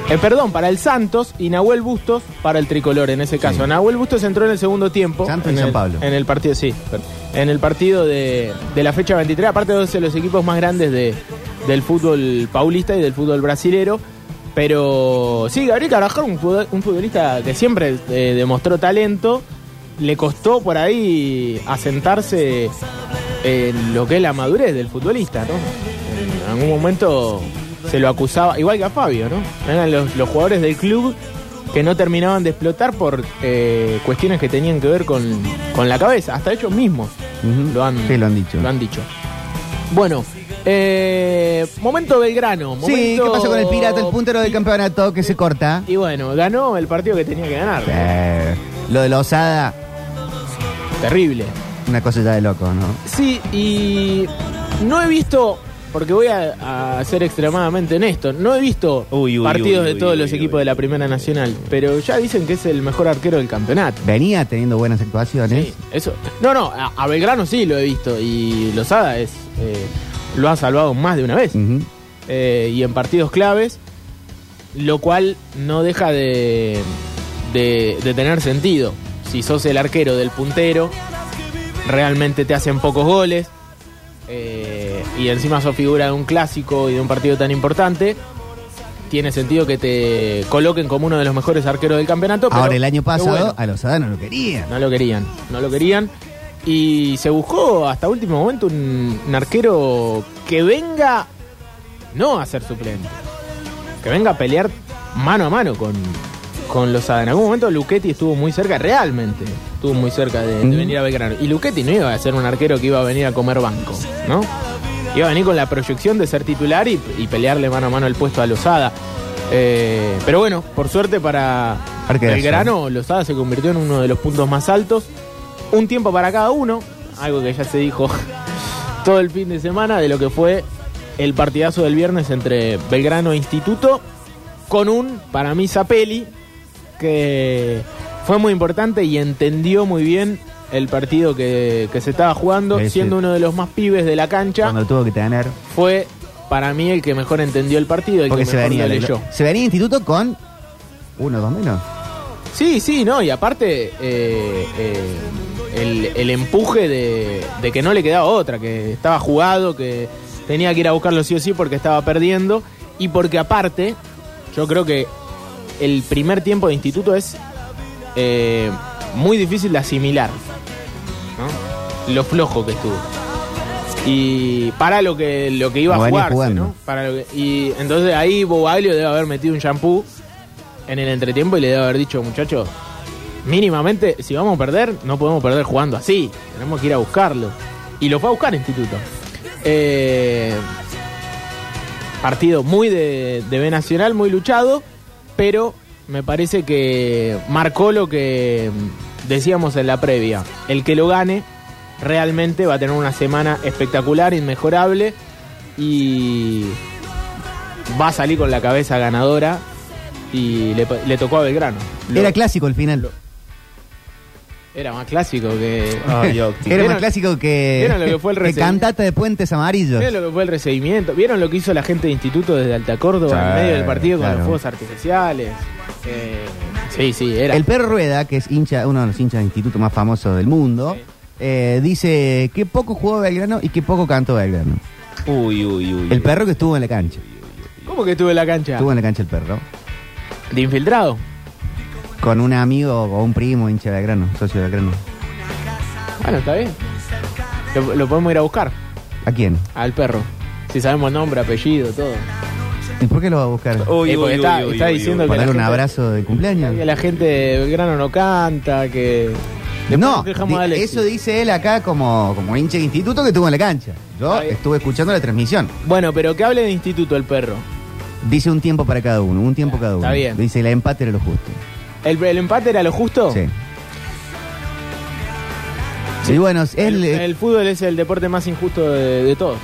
S3: eh, perdón, para el Santos y Nahuel Bustos para el tricolor en ese caso. Nahuel Bustos entró en el segundo tiempo.
S4: Santos y
S3: en
S4: San
S3: el-
S4: Pablo.
S3: En el partido, sí. perdón. En el partido de, de la fecha 23, aparte dos de los equipos más grandes de, del fútbol paulista y del fútbol brasilero. Pero sí, Gabriel Carvajal, un fut- un futbolista que siempre eh, demostró talento, le costó por ahí asentarse en lo que es la madurez del futbolista, ¿no? En algún momento se lo acusaba, igual que a Fabio, ¿no? Eran los, los jugadores del club que no terminaban de explotar por eh, cuestiones que tenían que ver con, con la cabeza, hasta ellos mismos
S4: ujú.
S3: lo han,
S4: Sí, lo han dicho.
S3: lo han dicho. Bueno, eh, momento Belgrano. Momento...
S4: Sí, ¿qué pasa con el pirata, el puntero del campeonato que se corta?
S3: Y bueno, ganó el partido que tenía que ganar.
S4: Eh, lo de la osada,
S3: Terrible.
S4: una cosa ya de loco, ¿no?
S3: Sí, y no he visto, porque voy a, a ser extremadamente honesto, no he visto
S6: Uy, uy,
S3: partidos
S6: uy,
S3: de
S6: uy,
S3: todos
S6: uy,
S3: los
S6: uy,
S3: equipos de la Primera Nacional, pero ya dicen que es el mejor arquero del campeonato.
S4: Venía teniendo buenas actuaciones.
S3: Sí, eso. No, no, a, a Belgrano sí lo he visto y Lozada es, eh, lo ha salvado más de una vez.
S4: Ujú.
S3: eh, y en partidos claves, lo cual no deja de, de, de tener sentido. Si sos el arquero del puntero, realmente te hacen pocos goles eh, y encima sos figura de un clásico y de un partido tan importante. Tiene sentido que te coloquen como uno de los mejores arqueros del campeonato. pero
S4: Ahora el año
S3: qué bueno.
S4: pasado a la osada no lo quería.
S3: No lo querían, no lo querían. Y se buscó hasta último momento un, un arquero que venga no a ser suplente, que venga a pelear mano a mano con, con Lozada. En algún momento Luchetti estuvo muy cerca, realmente estuvo muy cerca de, de
S4: Mm.
S3: venir a Belgrano. Y Luchetti no iba a ser un arquero que iba a venir a comer banco, ¿no? Iba a venir con la proyección de ser titular y, y pelearle mano a mano el puesto a Lozada. Eh, pero bueno, por suerte para
S4: Arquerazo.
S3: Belgrano, Lozada se convirtió en uno de los puntos más altos. Un tiempo para cada uno, algo que ya se dijo todo el fin de semana de lo que fue el partidazo del viernes entre Belgrano e Instituto, con un, para mí, Zapelli, que fue muy importante y entendió muy bien el partido que, que se estaba jugando,
S4: Ese.
S3: siendo uno de los más pibes de la cancha
S4: Cuando lo tuvo que tener.
S3: fue para mí el que mejor entendió el partido, el
S4: Porque
S3: que
S4: se
S3: mejor
S4: venía,
S3: lo leyó.
S4: se venía instituto con uno, dos menos.
S3: Sí, sí, no, y aparte eh, eh, el, el empuje de, de que no le quedaba otra, que estaba jugado, que tenía que ir a buscarlo sí o sí porque estaba perdiendo, y porque aparte, yo creo que el primer tiempo de instituto es eh, muy difícil de asimilar, ¿no? Lo flojo que estuvo. Y para lo que, lo que iba
S4: Como
S3: a
S4: venía
S3: jugarse,
S4: jugando.
S3: ¿no? Para lo que- y entonces ahí Bobaglio debe haber metido un shampoo en el entretiempo y le debe haber dicho, muchachos, mínimamente, si vamos a perder, no podemos perder jugando así. Tenemos que ir a buscarlo. Y lo fue a buscar Instituto. Eh, partido muy de, de B Nacional, muy luchado, pero me parece que marcó lo que mm, decíamos en la previa. El que lo gane realmente va a tener una semana espectacular, inmejorable y va a salir con la cabeza ganadora y le, le tocó a Belgrano. Lo-
S4: Era clásico el final.
S3: era más clásico que...
S6: Ay, Octi.
S4: Era más
S3: ¿Vieron-
S4: clásico que,
S3: vieron lo que fue el recebido?
S4: cantata de Puentes Amarillos.
S3: ¿Vieron lo que fue el recibimiento? ¿Vieron lo que hizo la gente de instituto desde Alta Córdoba
S4: Sí,
S3: en medio del partido con
S4: claro.
S3: los fuegos artificiales? Eh, sí, sí, era.
S4: El perro Rueda, que es hincha, uno de los hinchas de instituto más famosos del mundo, eh, dice que poco jugó Belgrano y que poco cantó Belgrano.
S6: Uy, uy, uy.
S4: El perro que estuvo en la cancha.
S3: ¿Cómo que estuvo en la cancha?
S4: Estuvo en la cancha el perro.
S3: ¿De infiltrado?
S4: Con un amigo o un primo hincha de grano, socio de grano.
S3: Bueno, está bien. Lo, lo podemos ir a buscar
S4: ¿A quién?
S3: al perro. Si sabemos nombre, apellido, todo.
S4: ¿Y por qué lo va a buscar?
S6: Uy,
S3: Eh, porque
S6: uy,
S3: está,
S6: uy, uy,
S3: está
S6: uy,
S4: ¿Para
S3: diciendo que, la
S4: darle un
S3: gente,
S4: abrazo de cumpleaños?
S3: que la gente de Belgrano no canta, que... Después
S4: No,
S3: dejamos
S4: di-
S3: a Alexis.
S4: eso dice él acá como, como hincha de instituto que estuvo en la cancha. Yo estuve escuchando la transmisión.
S3: Bueno, pero que hable de instituto el perro.
S4: Dice un tiempo para cada uno, un tiempo cada uno.
S3: está bien. Oh.
S4: Dice el empate era lo justo.
S3: ¿El, el empate era lo justo?
S4: Sí. Y bueno, es,
S3: El, el fútbol es el deporte más injusto de, de todos.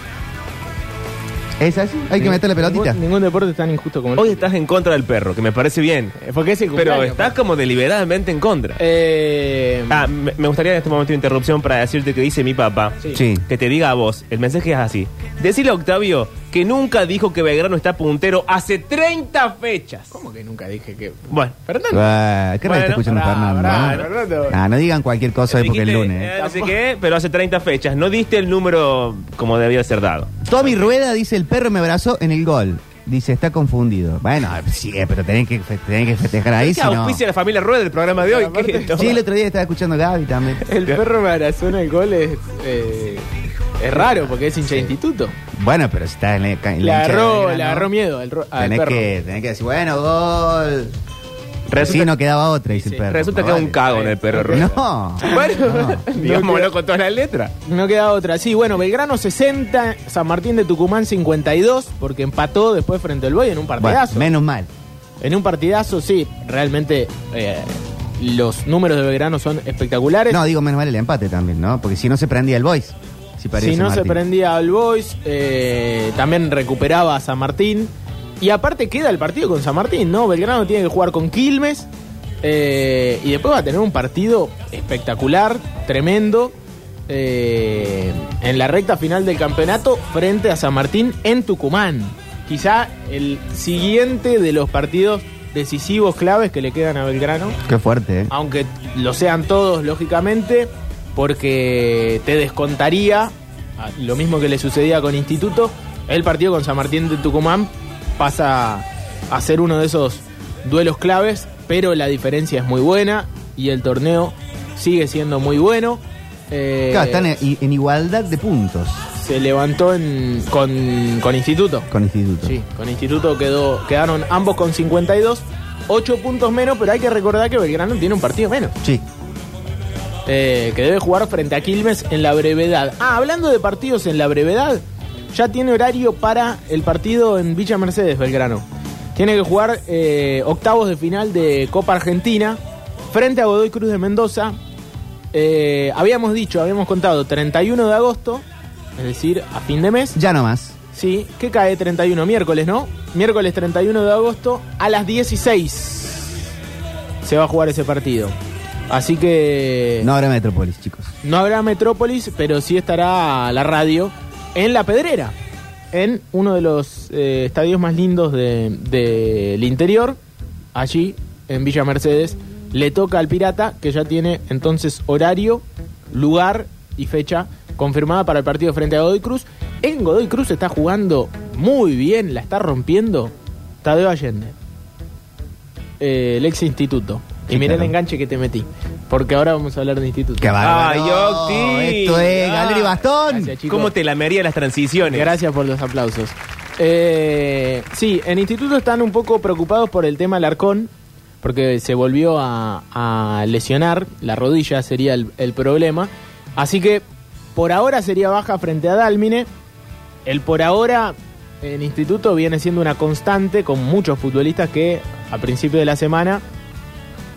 S4: es así, hay que
S3: Ningún-
S4: meter la pelotita.
S3: Ningún, ningún deporte es tan injusto como el
S6: Hoy estás en contra del perro, que me parece bien.
S3: Eh, Porque es el
S6: Pero
S3: cumpleaños,
S6: estás como deliberadamente en contra.
S3: Eh,
S6: Ah, me me gustaría en este momento de interrupción para decirte que dice mi papá.
S3: Sí.
S4: Sí.
S6: Que te diga a vos, el mensaje es así. Decirle a Octavio que nunca dijo que Belgrano está puntero hace 30 fechas.
S3: ¿Cómo que nunca dije que.?
S6: Bueno, Fernando.
S4: Ah, ¿Qué
S6: Bueno,
S4: está escuchando
S3: bravo,
S4: Fernando?
S3: bravo,
S4: ¿no?
S3: Fernando.
S4: Ah, no digan cualquier cosa hoy porque es
S6: Dijiste,
S4: lunes. ¿eh?
S6: eh, no sé qué, pero hace 30 fechas. No diste el número como debía ser dado.
S4: Tommy Rueda dice, el perro me abrazó en el gol. Dice, está confundido. Bueno, sí, eh, pero tenés que, fe- tenés que festejar ahí, si
S6: ¿Qué
S4: no...
S6: auspicia la familia Rueda del programa de hoy?
S3: Aparte-
S6: ¿Qué es esto?
S4: Sí, el otro día estaba escuchando a Gaby también.
S3: El perro me abrazó en el gol es. eh, es raro porque es hincha de instituto.
S4: Bueno, pero si estás en la, en
S3: Le
S4: la hinchada de
S3: agarró,
S4: Belgrano,
S3: le agarró miedo al, ro- al
S4: Tenés
S3: perro.
S4: que, tenés que decir, bueno, gol.
S6: Resulta-
S4: Resulta, no quedaba otra, dice
S3: Sí,
S4: el perro.
S6: Resulta
S4: no
S6: que es un
S4: vale.
S6: cago en el perro Rueda.
S4: No.
S6: Bueno,
S4: No.
S6: digámoslo con todas las letras.
S3: No queda otra. Sí, bueno, Belgrano 60, San Martín de Tucumán 52, porque empató después frente al Boy en un
S4: Bueno,
S3: partidazo.
S4: menos mal.
S3: en un partidazo, sí, realmente eh, los números de Belgrano son espectaculares.
S4: No, digo menos mal el empate también, ¿no? Porque si no se prendía el voice. Si,
S3: si no se prendía al Boys, eh, también recuperaba a San Martín. Y aparte queda el partido con San Martín, ¿no? Belgrano tiene que jugar con Quilmes. eh, y después va a tener un partido espectacular, tremendo. eh, en la recta final del campeonato, frente a San Martín en Tucumán. Quizá el siguiente de los partidos decisivos, claves que le quedan a Belgrano
S4: Qué fuerte, ¿eh?
S3: aunque lo sean todos, lógicamente, porque te descontaría a- lo mismo que le sucedía con Instituto. El partido con San Martín de Tucumán pasa a ser uno de esos duelos claves, pero la diferencia es muy buena y el torneo sigue siendo muy bueno. Eh,
S4: Claro, están en, en igualdad de puntos
S3: Se levantó en- con, con Instituto.
S4: con Instituto.
S3: Sí, con Instituto quedó, quedaron ambos con 52, 8 puntos menos, pero hay que recordar que Belgrano tiene un partido menos.
S4: Sí.
S3: eh, que debe jugar frente a Quilmes en la brevedad. Ah, hablando de partidos en la brevedad, ya tiene horario para el partido en Villa Mercedes, Belgrano. Tiene que jugar eh, octavos de final de Copa Argentina frente a Godoy Cruz de Mendoza. Eh, habíamos dicho, habíamos contado 31 de agosto, es decir, a fin de mes.
S4: Ya no más.
S3: Sí, que cae 31, miércoles, ¿no? Miércoles 31 de agosto a las 16 se va a jugar ese partido. Así que...
S4: No habrá Metrópolis, chicos.
S3: No habrá Metrópolis, pero sí estará la radio en La Pedrera, en uno de los eh, estadios más lindos de- del interior, allí en Villa Mercedes. Le toca al Pirata, que ya tiene entonces horario, lugar y fecha confirmada para el partido frente a Godoy Cruz. En Godoy Cruz está jugando muy bien, la está rompiendo Tadeo Allende, eh, el ex instituto. Y
S4: Sí,
S3: mirá el
S4: claro.
S3: enganche que te metí, porque ahora vamos a hablar de instituto.
S4: ¡Qué bárbaro!
S6: ¡Ay, Octi!
S4: Esto es
S6: Ah.
S4: Galer y Bastón.
S3: Gracias, chicos.
S6: ¿Cómo te lamería las transiciones?
S3: Gracias por los aplausos. Eh, sí, en instituto están un poco preocupados por el tema Alarcón, porque se volvió a, a lesionar, la rodilla sería el, el problema. Así que por ahora sería baja frente a Dálmine. El por ahora en instituto viene siendo una constante con muchos futbolistas que a principio de la semana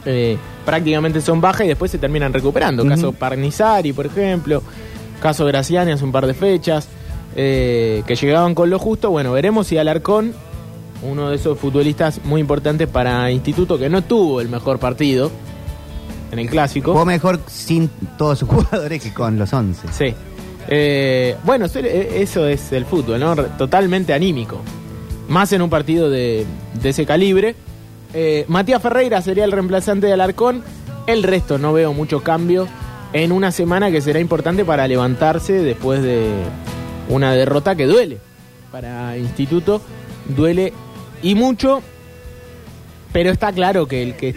S3: eh, prácticamente son bajas y después se terminan recuperando. Caso Parnizari, por ejemplo, caso Graciani hace un par de fechas, eh, que llegaban con lo justo. Bueno, veremos si Alarcón, uno de esos futbolistas muy importantes para Instituto, que no tuvo el mejor partido en el clásico.
S4: Jugó mejor sin todos sus jugadores que con los 11.
S3: Sí. Eh, bueno, eso- eh, eso es el fútbol, ¿no? Re- Totalmente anímico. Más en un partido de, de ese calibre. Eh, Matías Ferreira sería el reemplazante de Alarcón. El resto no veo mucho cambio en una semana que será importante para levantarse después de una derrota que duele. Para Instituto duele y mucho, pero está claro que el que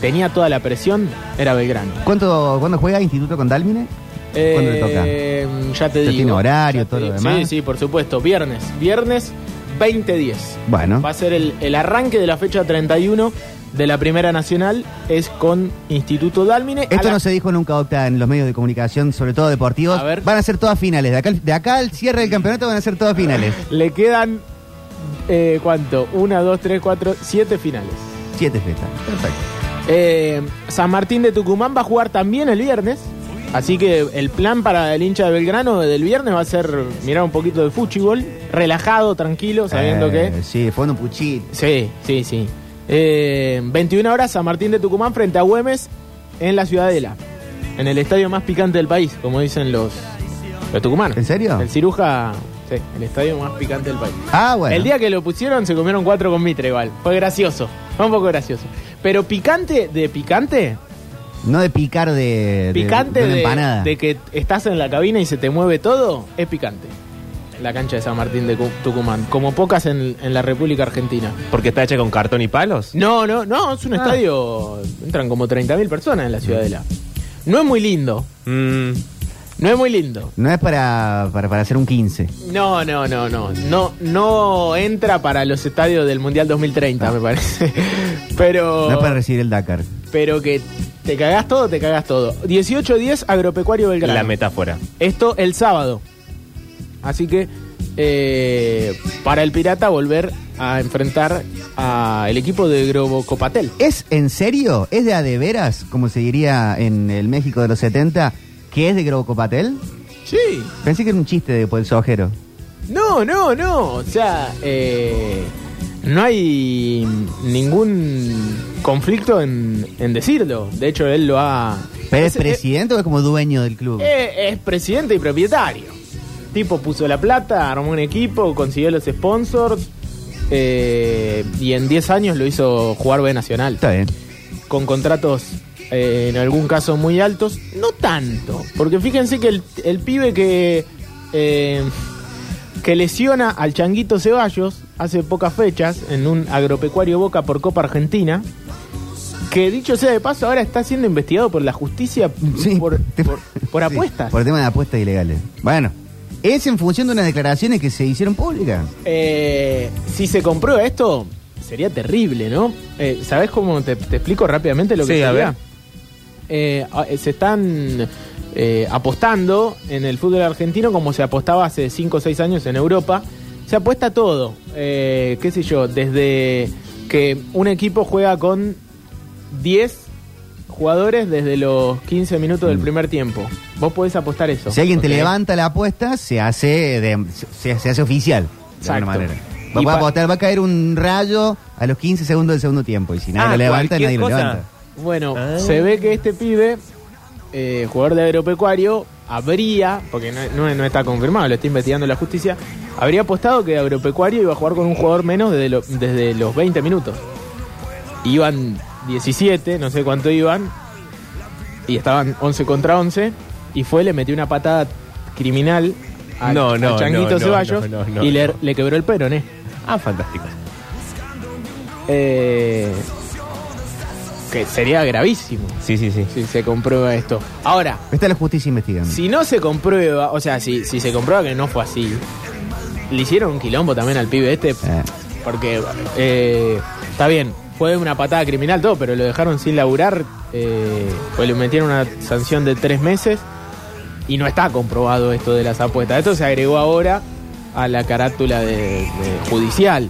S3: tenía toda la presión era Belgrano.
S4: ¿Cuánto, ¿Cuándo juega Instituto con Dálmine? ¿Cuándo le toca?
S3: Eh, Ya te
S4: Ya
S3: digo.
S4: tiene horario,
S3: Ya te
S4: todo lo
S3: digo.
S4: demás.
S3: Sí, sí, por supuesto. Viernes. Viernes 20-10.
S4: Bueno.
S3: Va a ser el, el arranque de la fecha 31 de la Primera Nacional. Es con Instituto Dálmine. A
S4: Esto
S3: la-
S4: no se dijo nunca, Octa, en los medios de comunicación, sobre todo deportivos. Van a ser todas finales. De acá, al- de acá al cierre del campeonato van a ser todas finales.
S3: Le quedan. eh, ¿Cuánto? Una, dos, tres, cuatro, siete finales.
S4: Siete fiestas. Perfecto.
S3: Eh, San Martín de Tucumán va a jugar también el viernes. Así que el plan para el hincha de Belgrano del viernes va a ser mirar un poquito de fútbol, relajado, tranquilo, sabiendo que
S4: Eh, Sí, fondo puchito.
S3: Sí, sí, sí. Eh, 21 horas San Martín de Tucumán frente a Güemes en la Ciudadela. En el estadio más picante del país, como dicen los, los tucumanos.
S4: ¿En serio?
S3: El ciruja, sí, el estadio más picante del país.
S4: Ah, bueno.
S3: El día que lo pusieron se comieron cuatro con Mitre igual. Fue gracioso, fue un poco gracioso. Pero picante de picante,
S4: No de picar de, de-
S3: picante
S4: de una
S3: de,
S4: empanada.
S3: de que estás en la cabina y se te mueve todo, es picante. La cancha de San Martín de Cu- Tucumán, como pocas en- en la República Argentina.
S6: Porque está hecha con cartón y palos.
S3: No, no, no, es
S4: Ah.
S3: un estadio. Entran como 30.000 personas en la ciudadela. No es muy lindo. No es muy lindo.
S4: No es para, para, para hacer un 15.
S3: No, no, no, no. No, no entra para los estadios del Mundial 2030, me parece. Pero.
S4: Ah. No es para recibir el Dakar.
S3: Pero que te cagás todo, te cagás todo. 18-10 Agropecuario Belgrano.
S6: La metáfora.
S3: Esto el sábado. Así que eh, para el Pirata volver a enfrentar al equipo de Grobo Copatel.
S4: ¿Es en serio? ¿Es de a de veras, como se diría en el México de los 70, que es de Grobocopatel?
S3: Sí.
S4: Pensé que era un chiste de Pueblo Sojero.
S3: No, no, no. O sea, eh, no hay ningún conflicto en, en decirlo. De hecho, él lo ha...
S4: ¿Pero es
S3: Ese-
S4: presidente o es como dueño del club?
S3: Eh, es presidente y propietario. Tipo puso la plata, armó un equipo, consiguió los sponsors eh, y en 10 años lo hizo jugar B Nacional.
S4: Está bien.
S3: Con contratos eh, en algún caso muy altos, no tanto. Porque fíjense que el, el pibe que, eh, que lesiona al Changuito Ceballos hace pocas fechas en un agropecuario Boca por Copa Argentina. Que dicho sea de paso, ahora está siendo investigado por la justicia por, por- por apuestas.
S4: Por el tema de apuestas ilegales. Bueno, es en función de unas declaraciones que se hicieron públicas.
S3: Eh, si se comprueba esto, sería terrible, ¿no? Eh, ¿Sabes cómo te, te explico rápidamente lo que
S6: Sí, a
S3: sería?
S6: ver.
S3: Eh, a- eh, se están eh, apostando en el fútbol argentino como se apostaba hace 5 o 6 años en Europa. Se apuesta todo, eh, qué sé yo, desde que un equipo juega con 10 jugadores desde los 15 minutos del primer tiempo. Vos podés apostar eso.
S4: Mm. Si alguien te
S3: Ok.
S4: levanta la apuesta, se hace de- se, se hace oficial. De alguna
S3: Exacto.
S4: manera.
S3: Y
S4: Va, va a
S3: pa-
S4: apostar, va a caer un rayo a los 15 segundos del segundo tiempo. Y si nadie
S3: Ah,
S4: lo levanta,
S3: cualquier
S4: nadie lo
S3: cosa.
S4: levanta.
S3: Bueno,
S4: Ah.
S3: se ve que este pibe, eh, jugador de agropecuario, habría, porque no, no- no está confirmado, lo está investigando la justicia, habría apostado que agropecuario iba a jugar con un jugador menos desde, lo- desde los 20 minutos. Iban 17, no sé cuánto iban, y estaban 11 contra 11, y fue, le metió una patada criminal al,
S6: No,
S3: al
S6: no,
S3: Changuito
S6: no, no,
S3: Ceballos
S6: no, no, no,
S3: y le,
S6: no.
S3: le quebró el peroné. Ah, fantástico. Eh, que sería gravísimo.
S6: Sí, sí, sí.
S3: Si se comprueba esto. Ahora,
S4: Está la justicia investigando.
S3: si no se comprueba, o sea, si, si se comprueba que no fue así, le hicieron un quilombo también al pibe este, porque eh, está bien, fue una patada criminal todo, pero lo dejaron sin laburar, eh, pues le metieron una sanción de tres meses y no está comprobado esto de las apuestas. Esto se agregó ahora a la carátula de, de judicial.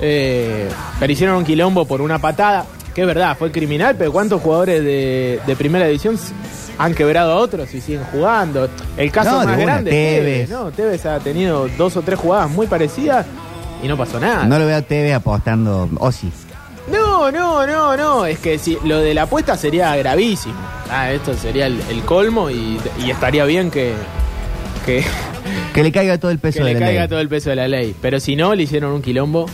S3: Eh, pero hicieron un quilombo por una patada, que es verdad, fue criminal, pero ¿cuántos jugadores de, de primera división s- han quebrado a otros y siguen jugando? El caso
S4: No, de
S3: más
S4: una,
S3: grande,
S4: Tevez.
S3: Tevez, ¿no? Tevez ha tenido dos o tres jugadas muy parecidas y no pasó nada.
S4: No lo veo a TV apostando. O sí.
S3: No, no, no, no. Es que si lo de la apuesta sería gravísimo. Ah, esto sería el, el colmo y, y estaría bien que, que,
S4: Que le caiga todo el peso
S3: que
S4: de
S3: le
S4: la
S3: caiga
S4: ley.
S3: todo el peso de la ley. Pero si no, le hicieron un quilombo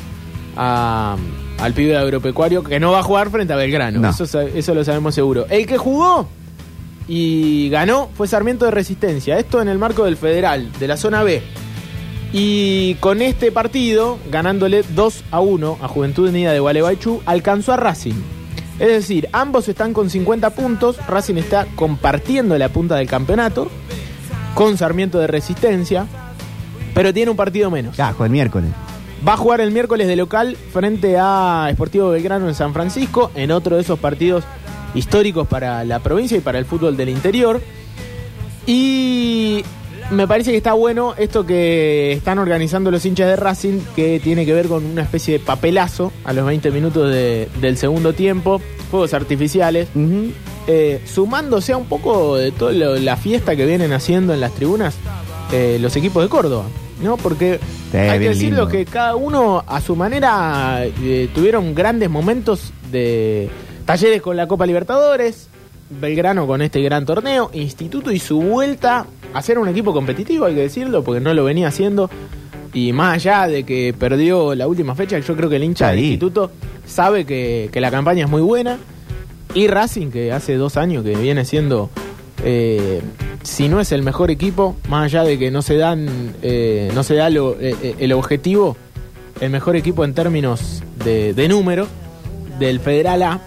S3: a- al pibe de agropecuario que no va a jugar frente a Belgrano.
S4: No.
S3: Eso, sa- eso lo sabemos seguro. El que jugó y ganó fue Sarmiento de Resistencia. Esto en el marco del Federal, de la zona B. Y con este partido, ganándole 2 a 1 a Juventud Unida de Gualeguaychú, alcanzó a Racing. Es decir, ambos están con 50 puntos. Racing está compartiendo la punta del campeonato con Sarmiento de Resistencia, pero tiene un partido menos.
S4: Cajo, el miércoles.
S3: Va a jugar el miércoles de local frente a Sportivo Belgrano en San Francisco, en otro de esos partidos históricos para la provincia y para el fútbol del interior. Y me parece que está bueno esto que están organizando los hinchas de Racing, que tiene que ver con una especie de papelazo a los 20 minutos de- del segundo tiempo, fuegos artificiales, eh, sumándose a un poco de toda la fiesta que vienen haciendo en las tribunas eh, los equipos de Córdoba, ¿no? Porque
S4: Sí,
S3: hay que
S4: bien
S3: decirlo
S4: lindo.
S3: que cada uno a su manera eh, tuvieron grandes momentos de talleres con la Copa Libertadores, Belgrano con este gran torneo, Instituto y su vuelta a ser un equipo competitivo, hay que decirlo, porque no lo venía haciendo. Y más allá de que perdió la última fecha, yo creo que el hincha
S4: Está
S3: del
S4: ahí.
S3: instituto sabe que, que la campaña es muy buena. Y Racing, que hace dos años que viene siendo, eh, si no es el mejor equipo, más allá de que no se dan, eh, no se da lo- eh, eh, el objetivo, el mejor equipo en términos de, de número del Federal A.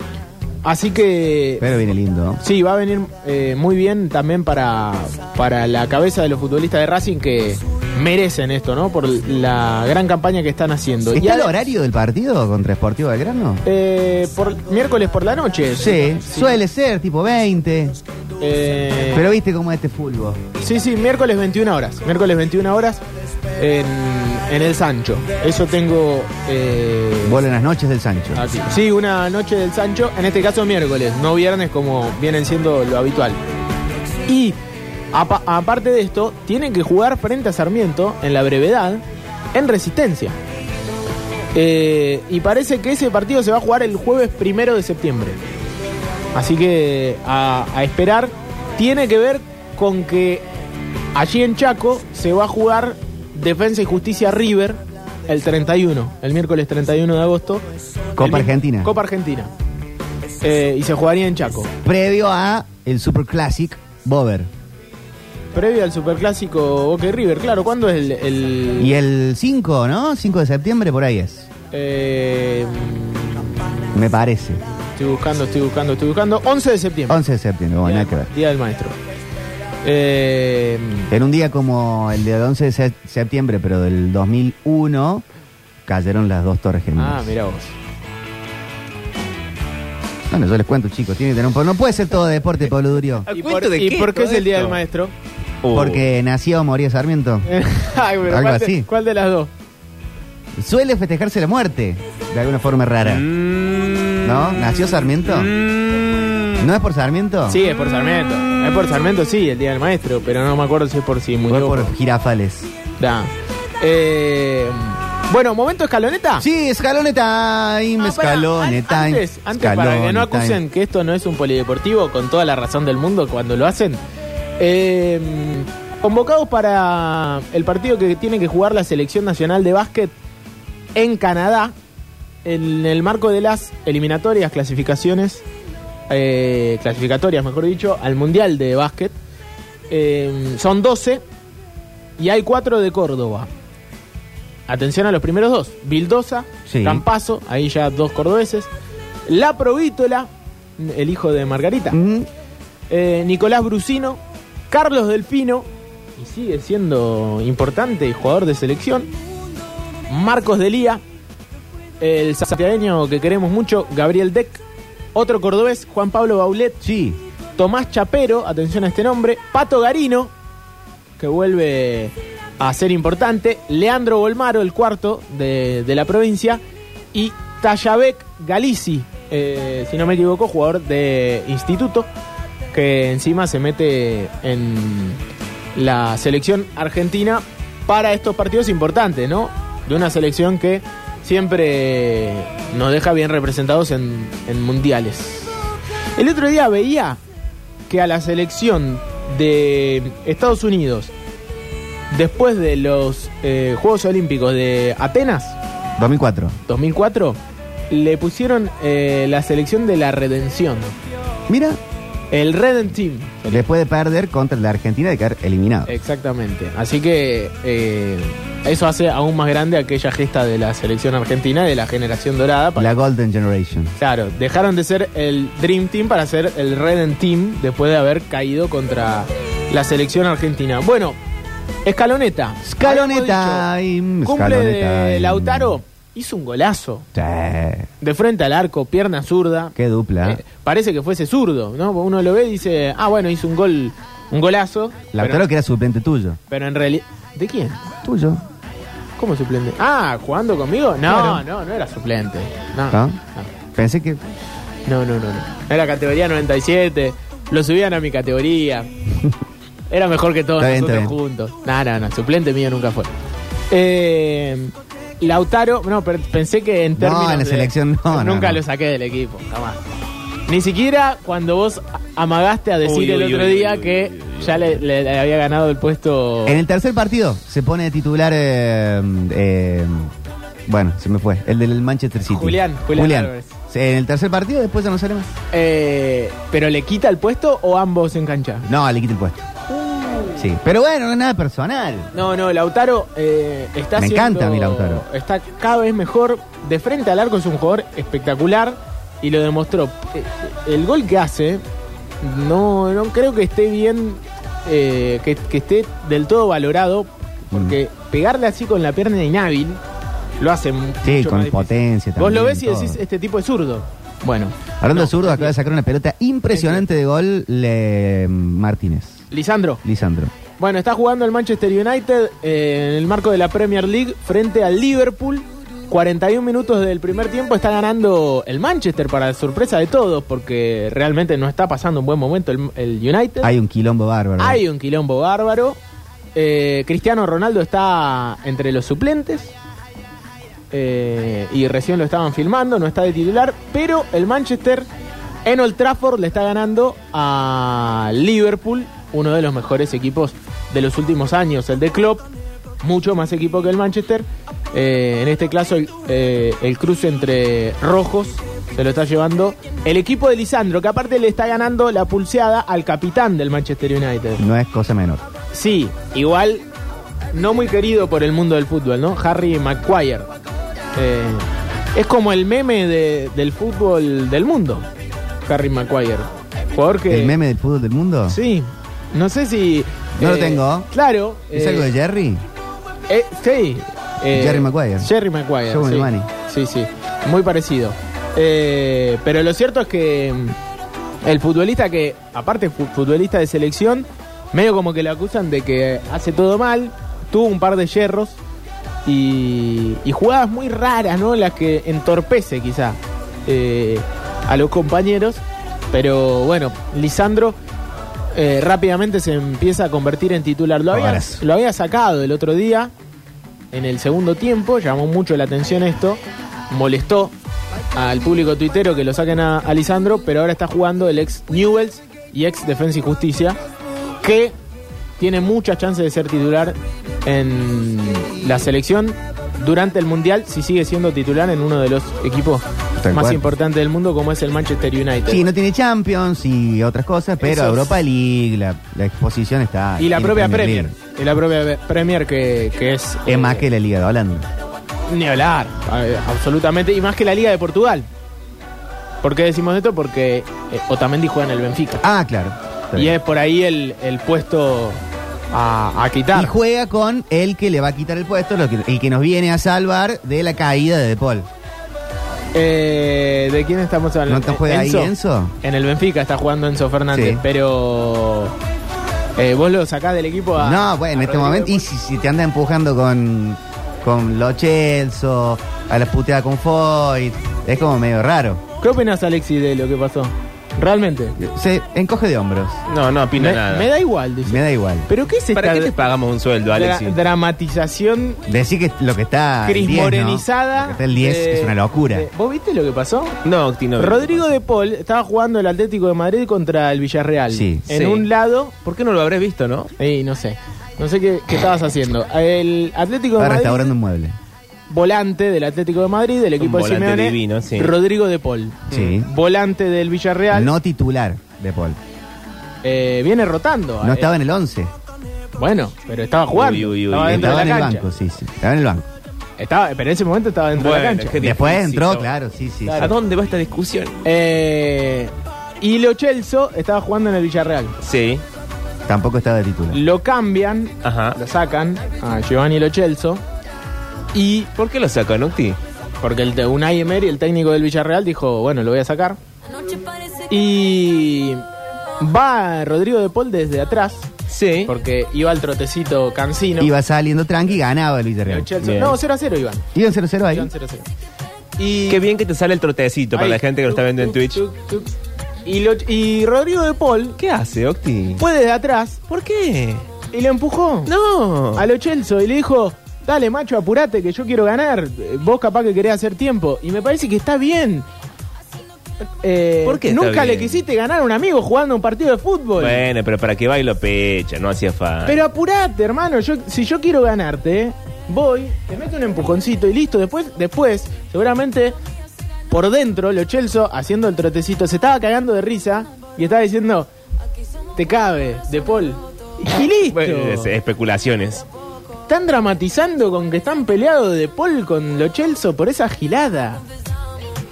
S3: Así que
S4: Pero viene lindo. ¿no?
S3: Sí, va a venir eh, muy bien también para, para la cabeza de los futbolistas de Racing que merecen esto, ¿no? Por la gran campaña que están haciendo. Y
S4: ¿Está el
S3: ade-
S4: horario del partido contra Sportivo Belgrano?
S3: eh, por, miércoles por la noche.
S4: Sí, suele ser tipo 20.
S3: Eh,
S4: Pero viste cómo es este fútbol.
S3: Sí, sí, miércoles 21 horas. Miércoles 21 horas en, en el Sancho. Eso tengo... eh,
S4: Vuelo en las noches del Sancho.
S3: aquí. Ah, Sí, una noche del Sancho. En este caso miércoles, no viernes como vienen siendo lo habitual. Y apa- aparte de esto, tienen que jugar frente a Sarmiento en la brevedad, en resistencia. Eh, y parece que ese partido se va a jugar el jueves primero de septiembre. Así que a, a esperar. Tiene que ver con que allí en Chaco se va a jugar Defensa y Justicia River el 31, el miércoles 31 de agosto. El mi-
S4: Copa Argentina.
S3: Copa Argentina. Eh, y se jugaría en Chaco.
S4: Previo a el Super Classic Bover.
S3: Previo al Superclásico Boca y River, claro. ¿Cuándo es el...? el-
S4: Y el 5, ¿no? 5 de septiembre por ahí es.
S3: eh,
S4: Me parece.
S3: estoy buscando, estoy buscando, estoy buscando. 11 de septiembre,
S4: 11 de septiembre, bueno, nada que ver.
S3: Día del Maestro. Eh,
S4: En un día como el de 11 de se- septiembre, pero del 2001, cayeron las dos torres
S3: ah,
S4: gemelas.
S3: mira vos.
S4: Bueno, yo les cuento, chicos, tiene que tener un... No puede ser todo deporte, Pablo Durio.
S3: ¿Y por, y por qué es el Día del Maestro? Uh.
S6: Uh.
S4: Porque nació Moría Sarmiento.
S3: Ay, pero
S4: Algo
S3: ¿cuál, de-
S4: así.
S3: ¿Cuál de las dos?
S4: Suele festejarse la muerte, de alguna forma rara.
S3: Mm.
S4: ¿No? ¿Nació Sarmiento? ¿No es por Sarmiento?
S3: Sí, es por Sarmiento. Es por Sarmiento, sí, el Día del Maestro, pero no me acuerdo si es por si
S4: Fue
S3: murió.
S4: por Girafales.
S3: Da. Eh, bueno, momento escaloneta.
S4: Sí, escaloneta, time,
S3: Ah, pará,
S4: escalone
S3: Ah. an-
S4: time.
S3: Antes, antes para que
S4: escalone
S3: no
S4: time.
S3: acusen que esto no es un polideportivo, con toda la razón del mundo cuando lo hacen. eh, convocados para el partido que tiene que jugar la selección nacional de básquet en Canadá, en el marco de las eliminatorias, clasificaciones, eh, clasificatorias, mejor dicho, al Mundial de Básquet. Eh, son 12 y hay 4 de Córdoba. Atención a los primeros dos. Vildosa,
S4: Sí.
S3: Campazo, ahí ya dos cordobeses. La Provítola, el hijo de Margarita. Eh, Nicolás Brusino, Carlos Delfino, y sigue siendo importante jugador de selección. Marcos Delía, el santiagueño que queremos mucho, Gabriel Deck, otro cordobés, Juan Pablo Baulet,
S4: sí.
S3: Tomás Chapero, atención a este nombre, Pato Garino, que vuelve a ser importante, Leandro Bolmaro, el cuarto de, de la provincia, y Tayabek Galici, eh, si no me equivoco, jugador de instituto, que encima se mete en la selección argentina para estos partidos importantes, ¿no? De una selección que siempre nos deja bien representados en, en mundiales. El otro día veía que a la selección de Estados Unidos, después de los eh, Juegos Olímpicos de Atenas,
S4: 2004.
S3: 2004, le pusieron eh, la selección de la redención.
S4: Mira,
S3: El Redent Team,
S4: después de perder contra la Argentina de quedar eliminado.
S3: exactamente. Así que eh, Eso hace aún más grande aquella gesta de la selección argentina, de la generación dorada. para-
S4: La Golden Generation.
S3: Claro, dejaron de ser el Dream Team para ser el Redden Team después de haber caído contra la selección argentina. Bueno, escaloneta.
S4: Scaloneta,
S3: Habíamos dicho,
S4: im,
S3: Cumple
S4: Scaloneta,
S3: de
S4: im.
S3: Lautaro. Hizo un golazo.
S4: Sí.
S3: De frente al arco, pierna zurda.
S4: Qué dupla.
S3: Eh, parece que fuese zurdo, ¿no? Uno lo ve y dice, ah, bueno, hizo un gol, un golazo.
S4: Lautaro
S3: pero,
S4: que era suplente tuyo.
S3: pero en realidad... ¿De quién?
S4: Tuyo.
S3: ¿Cómo suplente? Ah, ¿jugando conmigo? No,
S4: Claro.
S3: no, no era suplente. No,
S4: ¿Ah? Pensé que.
S3: no, no, no, no. Era categoría 97, lo subían a mi categoría. Era mejor que todos
S4: Está bien,
S3: nosotros juntos. No, no, no, suplente mío nunca fue. Eh, Lautaro, no, per- pensé que en términos
S4: en la
S3: de-
S4: selección no, no,
S3: Nunca
S4: no.
S3: lo saqué del equipo, jamás. Ni siquiera cuando vos amagaste a decir
S6: Uy,
S3: el
S6: uy,
S3: otro
S6: uy,
S3: día
S6: uy, uy,
S3: que ya le, le- le había ganado el puesto...
S4: En el tercer partido se pone de titular. eh, eh, bueno, se me fue. El del Manchester City.
S3: Julián, Julián Álvarez.
S4: Sí, En el tercer partido, después ya no sale más.
S3: Eh, ¿Pero le quita el puesto o ambos en cancha?
S4: No, le quita el puesto.
S3: Uh.
S4: Sí. Pero bueno, no es nada personal.
S3: No, no, Lautaro eh, está
S4: Me
S3: siendo-
S4: encanta a mí Lautaro.
S3: Está cada vez mejor. De frente al arco es un jugador espectacular y lo demostró. Eh, El gol que hace, no, no creo que esté bien, eh, que, que esté del todo valorado, porque
S4: Mm.
S3: pegarle así con la pierna inhábil lo hace mucho
S4: Sí,
S3: más
S4: con
S3: difícil.
S4: potencia también.
S3: Vos lo ves y
S4: todo.
S3: decís, este tipo es zurdo. Bueno,
S4: Hablando de zurdo, acaba de sacar una pelota impresionante de gol le, mm, Martínez.
S3: Lisandro.
S4: Lisandro.
S3: Bueno, está jugando el Manchester United eh, en el marco de la Premier League frente al Liverpool. 41 minutos del primer tiempo está ganando el Manchester para sorpresa de todos porque realmente no está pasando un buen momento el, el United.
S4: Hay un quilombo bárbaro.
S3: Hay un quilombo bárbaro. Eh, Cristiano Ronaldo está entre los suplentes. Eh, y recién lo estaban filmando, no está de titular. Pero el Manchester en Old Trafford le está ganando a Liverpool, uno de los mejores equipos de los últimos años. El de Klopp, mucho más equipo que el Manchester. Eh, en este caso, el, eh, el cruce entre rojos se lo está llevando el equipo de Lisandro, que aparte le está ganando la pulseada al capitán del Manchester United.
S4: No es cosa menor.
S3: Sí, igual no muy querido por el mundo del fútbol, ¿no? Harry Maguire. Eh, es como el meme de- del fútbol del mundo, Harry Maguire. Jugador que...
S4: ¿El meme del fútbol del mundo?
S3: Sí, no sé si... eh,
S4: No lo tengo.
S3: Claro.
S4: ¿Es
S3: eh,
S4: algo de Jerry?
S3: eh, sí. eh,
S4: Jerry Maguire.
S3: Jerry Maguire.
S4: Joe
S3: sí.
S4: Manganiello.
S3: sí, sí. Muy parecido. Eh, pero lo cierto es que mm, el futbolista que, aparte fu- futbolista de selección, medio como que lo acusan de que hace todo mal, tuvo un par de hierros y, y jugadas muy raras, ¿no? Las que entorpece quizá eh, a los compañeros. Pero bueno, Lisandro eh, rápidamente se empieza a convertir en titular. Lo había,
S4: Golazo.
S3: lo había sacado el otro día, en el segundo tiempo, llamó mucho la atención esto, molestó al público tuitero que lo saquen a, a Lisandro, pero ahora está jugando el ex Newells y ex Defensa y Justicia, que tiene muchas chances de ser titular en la selección durante el Mundial, si sigue siendo titular en uno de los equipos
S4: Tal
S3: más
S4: cual.
S3: importantes del mundo, como es el Manchester United.
S4: Sí, no tiene Champions y otras cosas, pero
S3: Eso es-
S4: Europa League, la, la exposición está.
S3: y la
S4: tiene
S3: propia Premier,
S4: League.
S3: y la propia Premier que, que es... eh,
S4: Es más que la Liga de Holanda.
S3: Ni hablar, eh, absolutamente. Y más que la Liga de Portugal. ¿Por qué decimos esto? Porque eh, Otamendi juega en el Benfica.
S4: Ah, claro. Está
S3: y
S4: bien.
S3: es por ahí el, el puesto a, a
S4: Y
S3: quitar.
S4: juega con el que le va a quitar el puesto, lo que- el que nos viene a salvar de la caída de De Paul.
S3: Eh, ¿De quién estamos hablando?
S4: ¿No te juega ahí Enzo?
S3: En el Benfica está jugando Enzo Fernández.
S4: Sí.
S3: Pero eh, vos lo sacás del equipo a...
S4: No, bueno, en
S3: a
S4: este
S3: Ah, Rodrigo
S4: momento.
S3: de
S4: Y si, si te anda empujando con, con Lo Celso, a la puteada con Foyt, es como medio raro.
S3: Paul. ¿Qué opinas, Alexi, de lo que pasó? Realmente.
S4: Se encoge de hombros.
S6: No, no opino
S3: Me,
S6: nada.
S3: me da igual, dice.
S4: Me da igual.
S3: ¿Pero qué es esta
S6: ¿Para qué te pagamos un sueldo,
S3: dra-
S6: Alexi?
S3: dramatización
S4: Decir que lo que está. Ah, el
S3: Cris
S4: 10, ¿no?
S3: Morenizada.
S4: Lo que está el 10
S3: eh,
S4: es una locura.
S3: eh, ¿Vos viste lo que pasó?
S6: No, Octino.
S3: Rodrigo de Paul estaba jugando el Atlético de Madrid contra el Villarreal.
S4: Sí.
S3: En
S6: Sí.
S3: un lado.
S6: ¿Por qué no lo habrás visto, no?
S3: Ey, no sé. No sé qué, qué estabas haciendo. El Atlético de
S4: Está
S3: Madrid.
S4: restaurando un mueble.
S3: Volante del Atlético de Madrid, del equipo de
S6: volante
S3: Simeone.
S6: divino, sí.
S3: Rodrigo de Paul. Mm.
S4: Sí.
S3: Volante del Villarreal. Ah,
S4: No titular de Paul.
S3: Eh, viene rotando.
S4: No
S3: Eh,
S4: estaba en el 11.
S3: Bueno, pero estaba jugando.
S6: Uy, uy, uy.
S3: estaba dentro
S4: Estaba
S3: de
S4: en
S3: la
S4: el
S3: cancha.
S4: banco, sí, sí. Estaba en el banco.
S3: Estaba, pero en ese momento estaba dentro de la
S6: Bueno,
S3: cancha.
S6: qué
S4: Después
S6: difícil,
S4: entró,
S6: ¿no?
S4: claro, sí, sí.
S3: Claro.
S6: ¿A dónde va esta discusión?
S3: Eh, y Lo Celso estaba jugando en el Villarreal.
S6: Sí.
S4: Tampoco estaba de titular.
S3: Lo cambian,
S6: Ajá.
S3: lo sacan a Giovanni Lo Celso. Y
S6: ¿Por qué lo sacan, Octi?
S3: porque el, de- Unai Emery, el técnico del Villarreal, dijo, bueno, lo voy a sacar. Y va Rodrigo de Paul desde atrás,
S6: Sí.
S3: porque iba al trotecito cansino.
S4: Iba saliendo tranqui y ganaba el
S3: Lo
S4: Villarreal.
S3: Celso-
S6: Bien.
S3: no, 0 a 0 iban.
S4: Iban 0-0 ahí.
S3: Iban 0 a 0. Y
S6: Qué bien que te sale el trotecito para
S3: Ahí.
S6: la gente que lo está viendo en
S3: Tuc,
S6: Twitch.
S3: tuc, tuc, tuc. Y, lo- y Rodrigo de Paul
S6: ¿Qué hace, Octi?
S3: fue desde atrás
S6: ¿Por qué?
S3: y le empujó
S6: No.
S3: a lo Chelso y le dijo, dale macho, apurate que yo quiero ganar. Eh, Vos capaz que querés hacer tiempo. Y me parece que está bien. Eh,
S6: ¿Por qué está
S3: Nunca le
S6: bien?
S3: quisiste ganar a un amigo jugando un partido de fútbol.
S6: Bueno, pero para que bailo pecha, no hacía falta.
S3: Pero apurate, hermano. Yo, si yo quiero ganarte, voy, te meto un empujoncito y listo. Después, después seguramente por dentro, lo Chelso haciendo el trotecito, se estaba cagando de risa y estaba diciendo: Te cabe, De Paul. Y listo.
S6: Bueno, es- especulaciones.
S3: Están dramatizando con que están peleados De Paul con lo Chelso por esa gilada.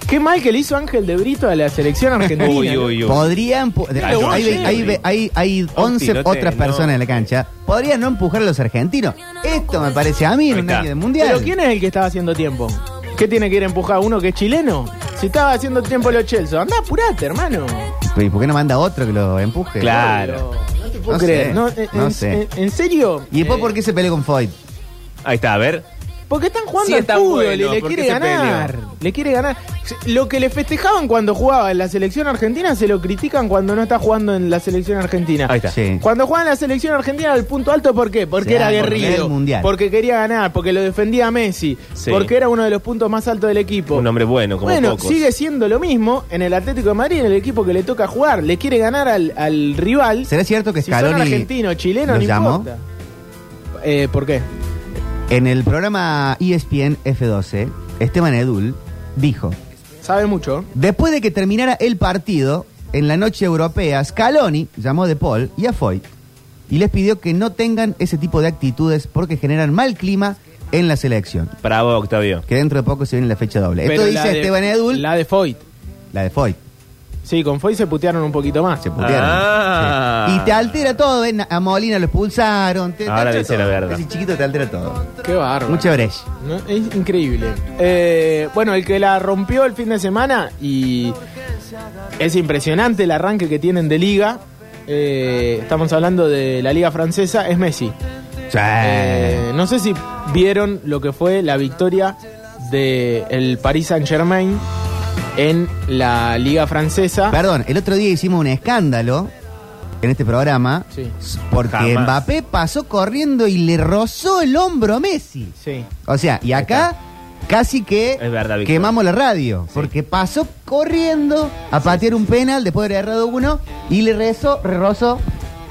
S3: Qué mal que le hizo Ángel de Brito a la selección argentina.
S6: Uy, uy, uy.
S4: Podrían. pu-
S3: Pero
S4: hay,
S3: vos,
S4: hay,
S3: Jerry.
S4: hay, hay- hay 11
S6: no te-
S4: otras
S6: no.
S4: personas en la cancha. Podrían no empujar a los argentinos. Esto me parece a mí en
S6: Ahí
S4: un
S6: está.
S4: año de mundial.
S3: Pero ¿quién es el que estaba haciendo tiempo? ¿Qué tiene que ir a empujar uno que es chileno? Si estaba haciendo tiempo lo Chelsea, anda apurate, hermano.
S4: ¿Y por qué no manda otro que lo empuje?
S6: Claro.
S3: No te puedo
S4: No
S3: creer.
S4: sé,
S3: No, eh,
S4: no
S3: en,
S4: sé.
S3: en- en serio? Eh,
S4: ¿Y después por qué se peleó con Foyt?
S6: Ahí está, a ver.
S3: Porque están
S6: Sí,
S3: jugando al
S6: está
S3: fútbol
S6: bueno,
S3: y le
S6: ¿por
S3: quiere
S6: qué se
S3: ganar. Le quiere ganar. Lo que le festejaban cuando jugaba en la selección argentina se lo critican cuando no está jugando en la selección argentina.
S6: Ahí está.
S4: Sí.
S3: Cuando jugaba en la selección argentina al punto alto, ¿por qué? Porque
S4: Sí,
S3: era
S4: ah, porque era
S3: guerrido.
S4: el mundial.
S3: Porque quería ganar, porque lo defendía a Messi,
S6: Sí.
S3: porque era uno de los puntos más altos del equipo.
S6: Un hombre bueno, como
S3: bueno,
S6: pocos.
S3: sigue siendo lo mismo en el Atlético de Madrid, en el equipo que le toca jugar. Le quiere ganar al, al rival.
S4: ¿Será cierto que
S3: Si son
S4: Scaloni
S3: argentino, chileno,
S4: lo
S3: no
S4: llamó?
S3: importa. Eh, ¿Por qué?
S4: En el programa E ESPN F12, Esteban Edul dijo,
S3: Sabe mucho.
S4: después de que terminara el partido, en la noche europea, Scaloni llamó de Paul y a Foyt y les pidió que no tengan ese tipo de actitudes porque generan mal clima en la selección.
S6: Bravo, Octavio.
S4: Que dentro de poco se viene la fecha doble.
S3: Pero
S4: Esto
S3: la
S4: dice
S3: de-
S4: Esteban Edul, la,
S3: La de Foyt.
S4: de Foyt.
S3: Sí, con Foyt se putearon un poquito más.
S4: Se putearon.
S6: Ah.
S4: Sí. Y te altera todo, ven, a Molina lo expulsaron. te- te
S6: Ahora
S4: altera
S6: dice
S4: todo.
S6: la verdad.
S4: Ese chiquito te altera todo.
S3: Qué bárbaro.
S4: Mucha brecha.
S3: No, Es increíble. Eh, bueno, el que la rompió el fin de semana y es impresionante el arranque que tienen de liga. eh, estamos hablando de la liga francesa, es Messi.
S4: Sí.
S3: Eh, no sé si vieron lo que fue la victoria del el Paris Saint Germain en la liga
S6: Ah.
S3: francesa.
S4: Perdón, el otro día hicimos un escándalo en este programa
S3: Sí.
S4: porque
S6: Jamás.
S4: Mbappé pasó corriendo y le rozó el hombro a Messi.
S3: Sí.
S4: O sea, y acá casi que
S6: Es verdad, Víctor.
S4: quemamos la radio porque pasó corriendo a patear un penal después de haber errado uno y le rezó, re rozó,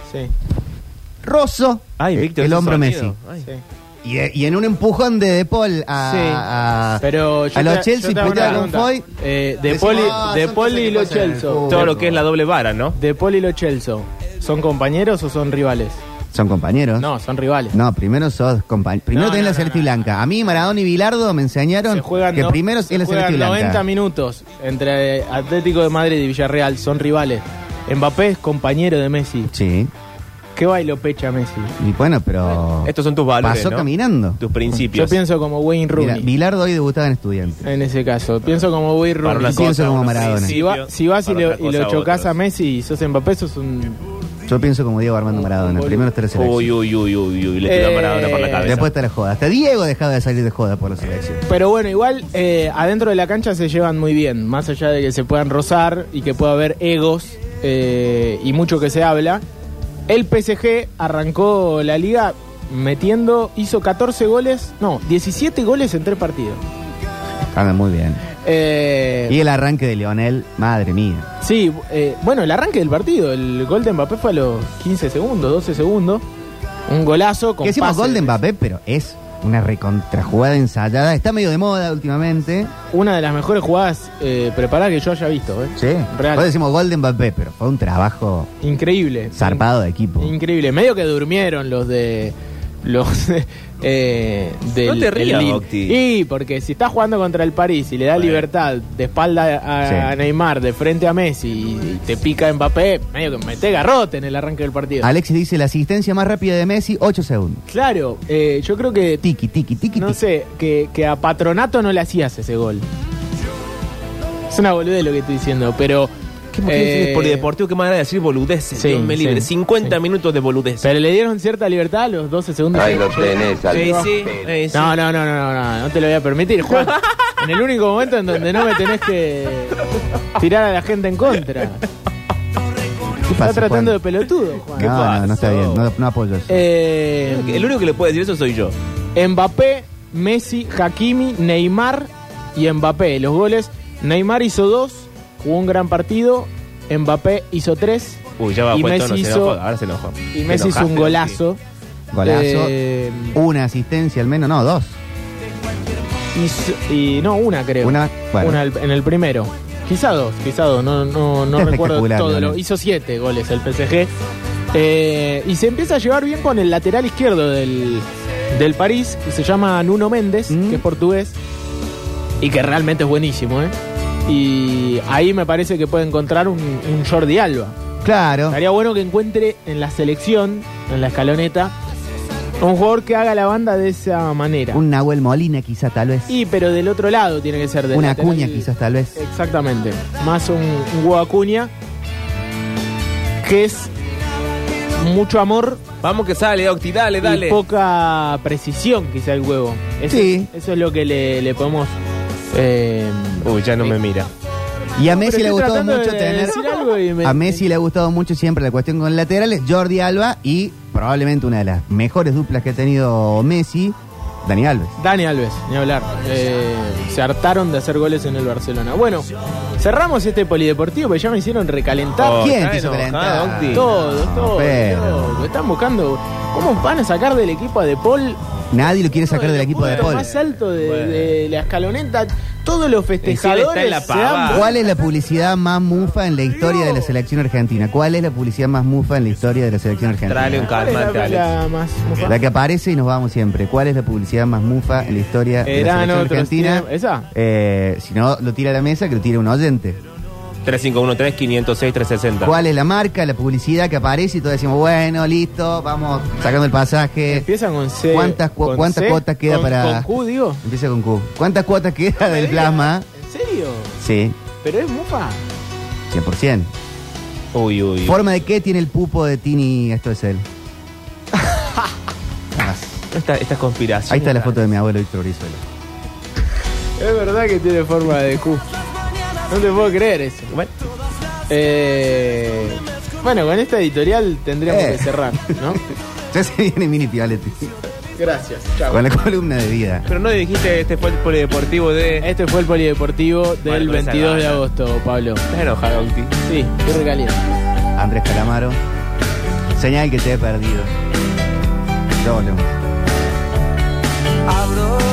S3: Sí,
S4: rozó
S6: Ay,
S4: el-
S6: Víctor,
S4: el
S6: ese
S4: hombro a Messi.
S6: sonido. Ay.
S3: sí.
S4: Y, y en un empujón de De Paul a,
S3: Sí.
S4: a-
S3: Pero yo
S4: Ah, a los
S3: te-
S4: Chelsea
S3: yo te hago
S4: puteado
S3: una
S4: con
S3: pregunta.
S4: Foy.
S3: Eh, de
S4: decimos,
S3: Poli,
S4: "Ah,
S3: de
S4: son
S3: Poli
S4: cosas
S3: y
S4: que
S3: lo
S4: pasan en el
S3: Chelsea.
S4: fútbol".
S6: Todo lo que es la doble vara, ¿no?
S3: De Paul y Lo Celso, ¿son compañeros o son rivales?
S4: Son compañeros.
S3: No, son rivales.
S4: No, primero sos compa- Primero
S3: No,
S4: tenés
S3: no,
S4: la
S3: no,
S4: celeste
S3: no.
S4: blanca. A mí Maradona y Bilardo me enseñaron
S3: Se juegan
S4: que
S3: no-
S4: primero
S3: se
S4: es la celeste
S3: juegan
S4: blanca.
S3: 90 minutos entre Atlético de Madrid y Villarreal, son rivales. Mbappé es compañero de Messi.
S4: Sí.
S3: ¿Qué bailo pecha Messi?
S4: Y bueno, pero
S6: Estos son tus valores,
S4: pasó
S6: ¿no?
S4: caminando.
S6: Tus
S3: Yo
S6: principios.
S3: pienso como Wayne
S4: Mira,
S3: Rooney.
S4: Bilardo hoy debutaba en estudiante.
S3: en ese caso, pienso como Wayne
S6: Para
S3: Rooney.
S6: una
S4: Sí, pienso
S6: cosa,
S4: como
S6: unos
S4: Maradona.
S3: Si,
S6: principios,
S3: va- si vas y
S6: para
S3: lo,
S6: otra
S3: y
S6: cosa,
S3: lo chocás
S6: otros.
S3: a Messi y sos Mbappé, sos un...
S4: Yo pienso como Diego Armando Maradona. Primero está la selección.
S6: Uy, uy, uy, uy, uy. Le tiró
S3: Eh,
S6: a Maradona por la cabeza.
S4: Después está la joda. Hasta Diego dejaba de salir de joda por la selección.
S3: Pero bueno, igual eh, adentro de la cancha se llevan muy bien, más allá de que se puedan rozar y que pueda haber egos eh, y mucho que se habla. El PSG arrancó la liga metiendo, hizo 14 goles, no, 17 goles en tres partidos.
S4: Anda muy bien.
S3: Eh,
S4: Y el arranque de Leonel, madre mía.
S3: Sí, eh, bueno, el arranque del partido, el gol de Mbappé fue a los 15 segundos, 12 segundos. Un golazo con
S4: Que hicimos
S3: pase
S4: gol de
S3: de-
S4: Mbappé, pero es Una recontrajugada ensayada. Está medio de moda últimamente.
S3: Una de las mejores jugadas eh, preparadas que yo haya visto. ¿eh?
S4: Sí.
S3: Real.
S4: Nosotros decimos Golden Mbappé, pero fue un trabajo
S3: Increíble.
S4: zarpado de equipo.
S3: Increíble. Medio que durmieron los de. Los de. eh, del-
S6: No te rías,
S3: el Lille.
S6: Octi.
S3: Y porque si está jugando contra el París y le da libertad de espalda a,
S4: Sí.
S3: a Neymar, de frente a Messi y, y te pica Mbappé, medio que mete garrote en el arranque del partido.
S4: Alexis dice la asistencia más rápida de Messi, 8 segundos.
S3: Claro, eh, yo creo que.
S4: Tiki, tiki, tiki.
S3: No sé, que, que a Patronato no le hacías ese gol. Es una boludez lo que estoy diciendo, pero.
S6: ¿Qué por qué decís
S3: eh,
S6: polideportivo? ¿Qué manera de decir boludeces?
S3: Sí,
S6: Dios me libre.
S3: sí,
S6: 50 minutos de boludeces.
S3: Pero le dieron cierta libertad a los 12 segundos.
S6: Ahí lo tenés,
S3: Sí,
S6: Alberto.
S3: sí,
S6: Ahí sí.
S3: No, no, no, no, no, no, no te lo voy a permitir, Juan. En el único momento en donde no me tenés que tirar a la gente en contra.
S4: ¿Qué
S3: Está
S4: pasa,
S3: tratando de
S4: Juan?
S3: pelotudo, Juan.
S6: ¿Qué
S4: no, no, no está
S6: pasó?
S4: bien, no, no apoyo eso.
S3: Eh,
S6: El único que le puede decir eso soy yo.
S3: Mbappé, Messi, Hakimi, Neymar y Mbappé. Los goles, Neymar hizo dos, jugó un gran partido, Mbappé hizo tres
S6: Uy, ya va,
S3: Y
S6: Cuentón,
S3: Messi
S6: se
S3: hizo-
S6: enojó, ahora se enojó.
S3: y Messi hizo un
S6: Enojaste,
S3: golazo.
S4: Golazo.
S3: Eh,
S4: Una asistencia al menos, no, dos.
S3: hizo- y no, una creo.
S4: Una, bueno.
S3: Una al- en el primero. Quizá dos, quizá dos, no, no, no
S4: Está
S3: recuerdo
S4: espectacular,
S3: todo.
S4: Lionel.
S3: Lo, hizo siete goles el PSG. Eh, y se empieza a llevar bien con el lateral izquierdo del, del París, que se llama Nuno Méndez,
S4: Mm.
S3: que es portugués, y que realmente es buenísimo. ¿eh? Y ahí me parece que puede encontrar un, un Jordi Alba.
S4: Claro.
S3: Estaría bueno que encuentre en la selección, en la escaloneta, un jugador que haga la banda de esa manera.
S4: Un Nahuel Molina quizá tal vez.
S3: Y pero del otro lado tiene que ser del
S4: Una
S3: lateral. Eh,
S4: cuña quizás tal vez.
S3: Exactamente. Más un, un Hugo Acuña, que es mucho amor
S6: Vamos que sale, Octi, dale,
S3: y
S6: dale.
S3: poca precisión quizá el huevo. Eso,
S4: Sí.
S3: eso es lo que le, le podemos... eh,
S6: Uy, ya no me mira.
S4: Y a
S3: pero
S4: Messi
S3: estoy
S4: le ha gustado
S3: tratando
S4: mucho
S3: de
S4: tener.
S3: decir algo y me-
S4: A Messi le ha gustado mucho siempre la cuestión con laterales. Jordi Alba y probablemente una de las mejores duplas que ha tenido Messi, Dani Alves.
S3: Dani Alves, ni hablar. Eh, se hartaron de hacer goles en el Barcelona. Bueno, cerramos este polideportivo porque ya me hicieron recalentar.
S6: Oh,
S4: ¿Quién
S6: está
S4: te hizo
S6: enojado,
S4: calentar?
S6: Octi.
S3: Todo,
S4: No,
S3: todo,
S4: pero-
S3: todo. Están buscando. ¿Cómo van a sacar del equipo a De Paul?
S4: Nadie lo quiere sacar
S3: Uno
S4: del equipo de
S3: puntos
S4: Paul.
S3: más alto de, de la escaloneta. Todos los
S6: Encima está en
S3: festejadores
S6: la
S3: se dan
S6: pavada.
S4: ¿Cuál es la publicidad más mufa en la historia de la selección argentina? ¿Cuál es la publicidad más mufa en la historia de la selección
S6: Dale un
S4: argentina?
S3: ¿Cuál es
S6: calmante,
S3: la-
S6: Alex.
S3: la más mojada?
S4: La que aparece y nos vamos siempre. ¿Cuál es la publicidad más mufa en la historia de la
S3: Eran
S4: selección
S3: otros
S4: argentina?
S3: tiempos. ¿Esa?
S4: Eh, si no lo tira a la mesa, que lo tire un oyente.
S6: 3513-506-360.
S4: ¿Cuál es la marca, la publicidad que aparece? Y todos decimos, bueno, listo, vamos sacando el pasaje.
S3: Empiezan con C.
S4: ¿Cuántas cu-
S3: con
S4: cuántas
S3: C,
S4: cuotas queda
S3: con-
S4: para-
S3: Con Q, digo.
S4: Empieza con Q. ¿Cuántas cuotas queda del plasma?
S3: ¿En serio?
S4: Sí,
S3: Pero es mufa.
S4: 100%.
S6: Uy, uy.
S4: ¿Forma de qué tiene el pupo de Tini? Esto es él.
S6: Esta, esta conspiración.
S4: Ahí está la foto de mi abuelo Víctor Brizuela.
S3: Es verdad que tiene forma de Q. No te puedo creer eso.
S6: Bueno.
S3: Eh, bueno, con esta editorial tendríamos
S4: Eh.
S3: que cerrar, ¿no?
S4: Ya se viene mini piolete.
S3: Gracias. Chao.
S4: Con la columna de vida.
S6: Pero no dijiste este fue el polideportivo de.
S3: Este fue el polideportivo del
S6: Bueno, con esa
S3: 22 de
S6: gana.
S3: agosto, Pablo.
S6: Estás enojado, Octi.
S3: Sí, estoy recaliente.
S4: Andrés Calamaro. Señal que te he perdido. Ya volvemos.
S12: Hablo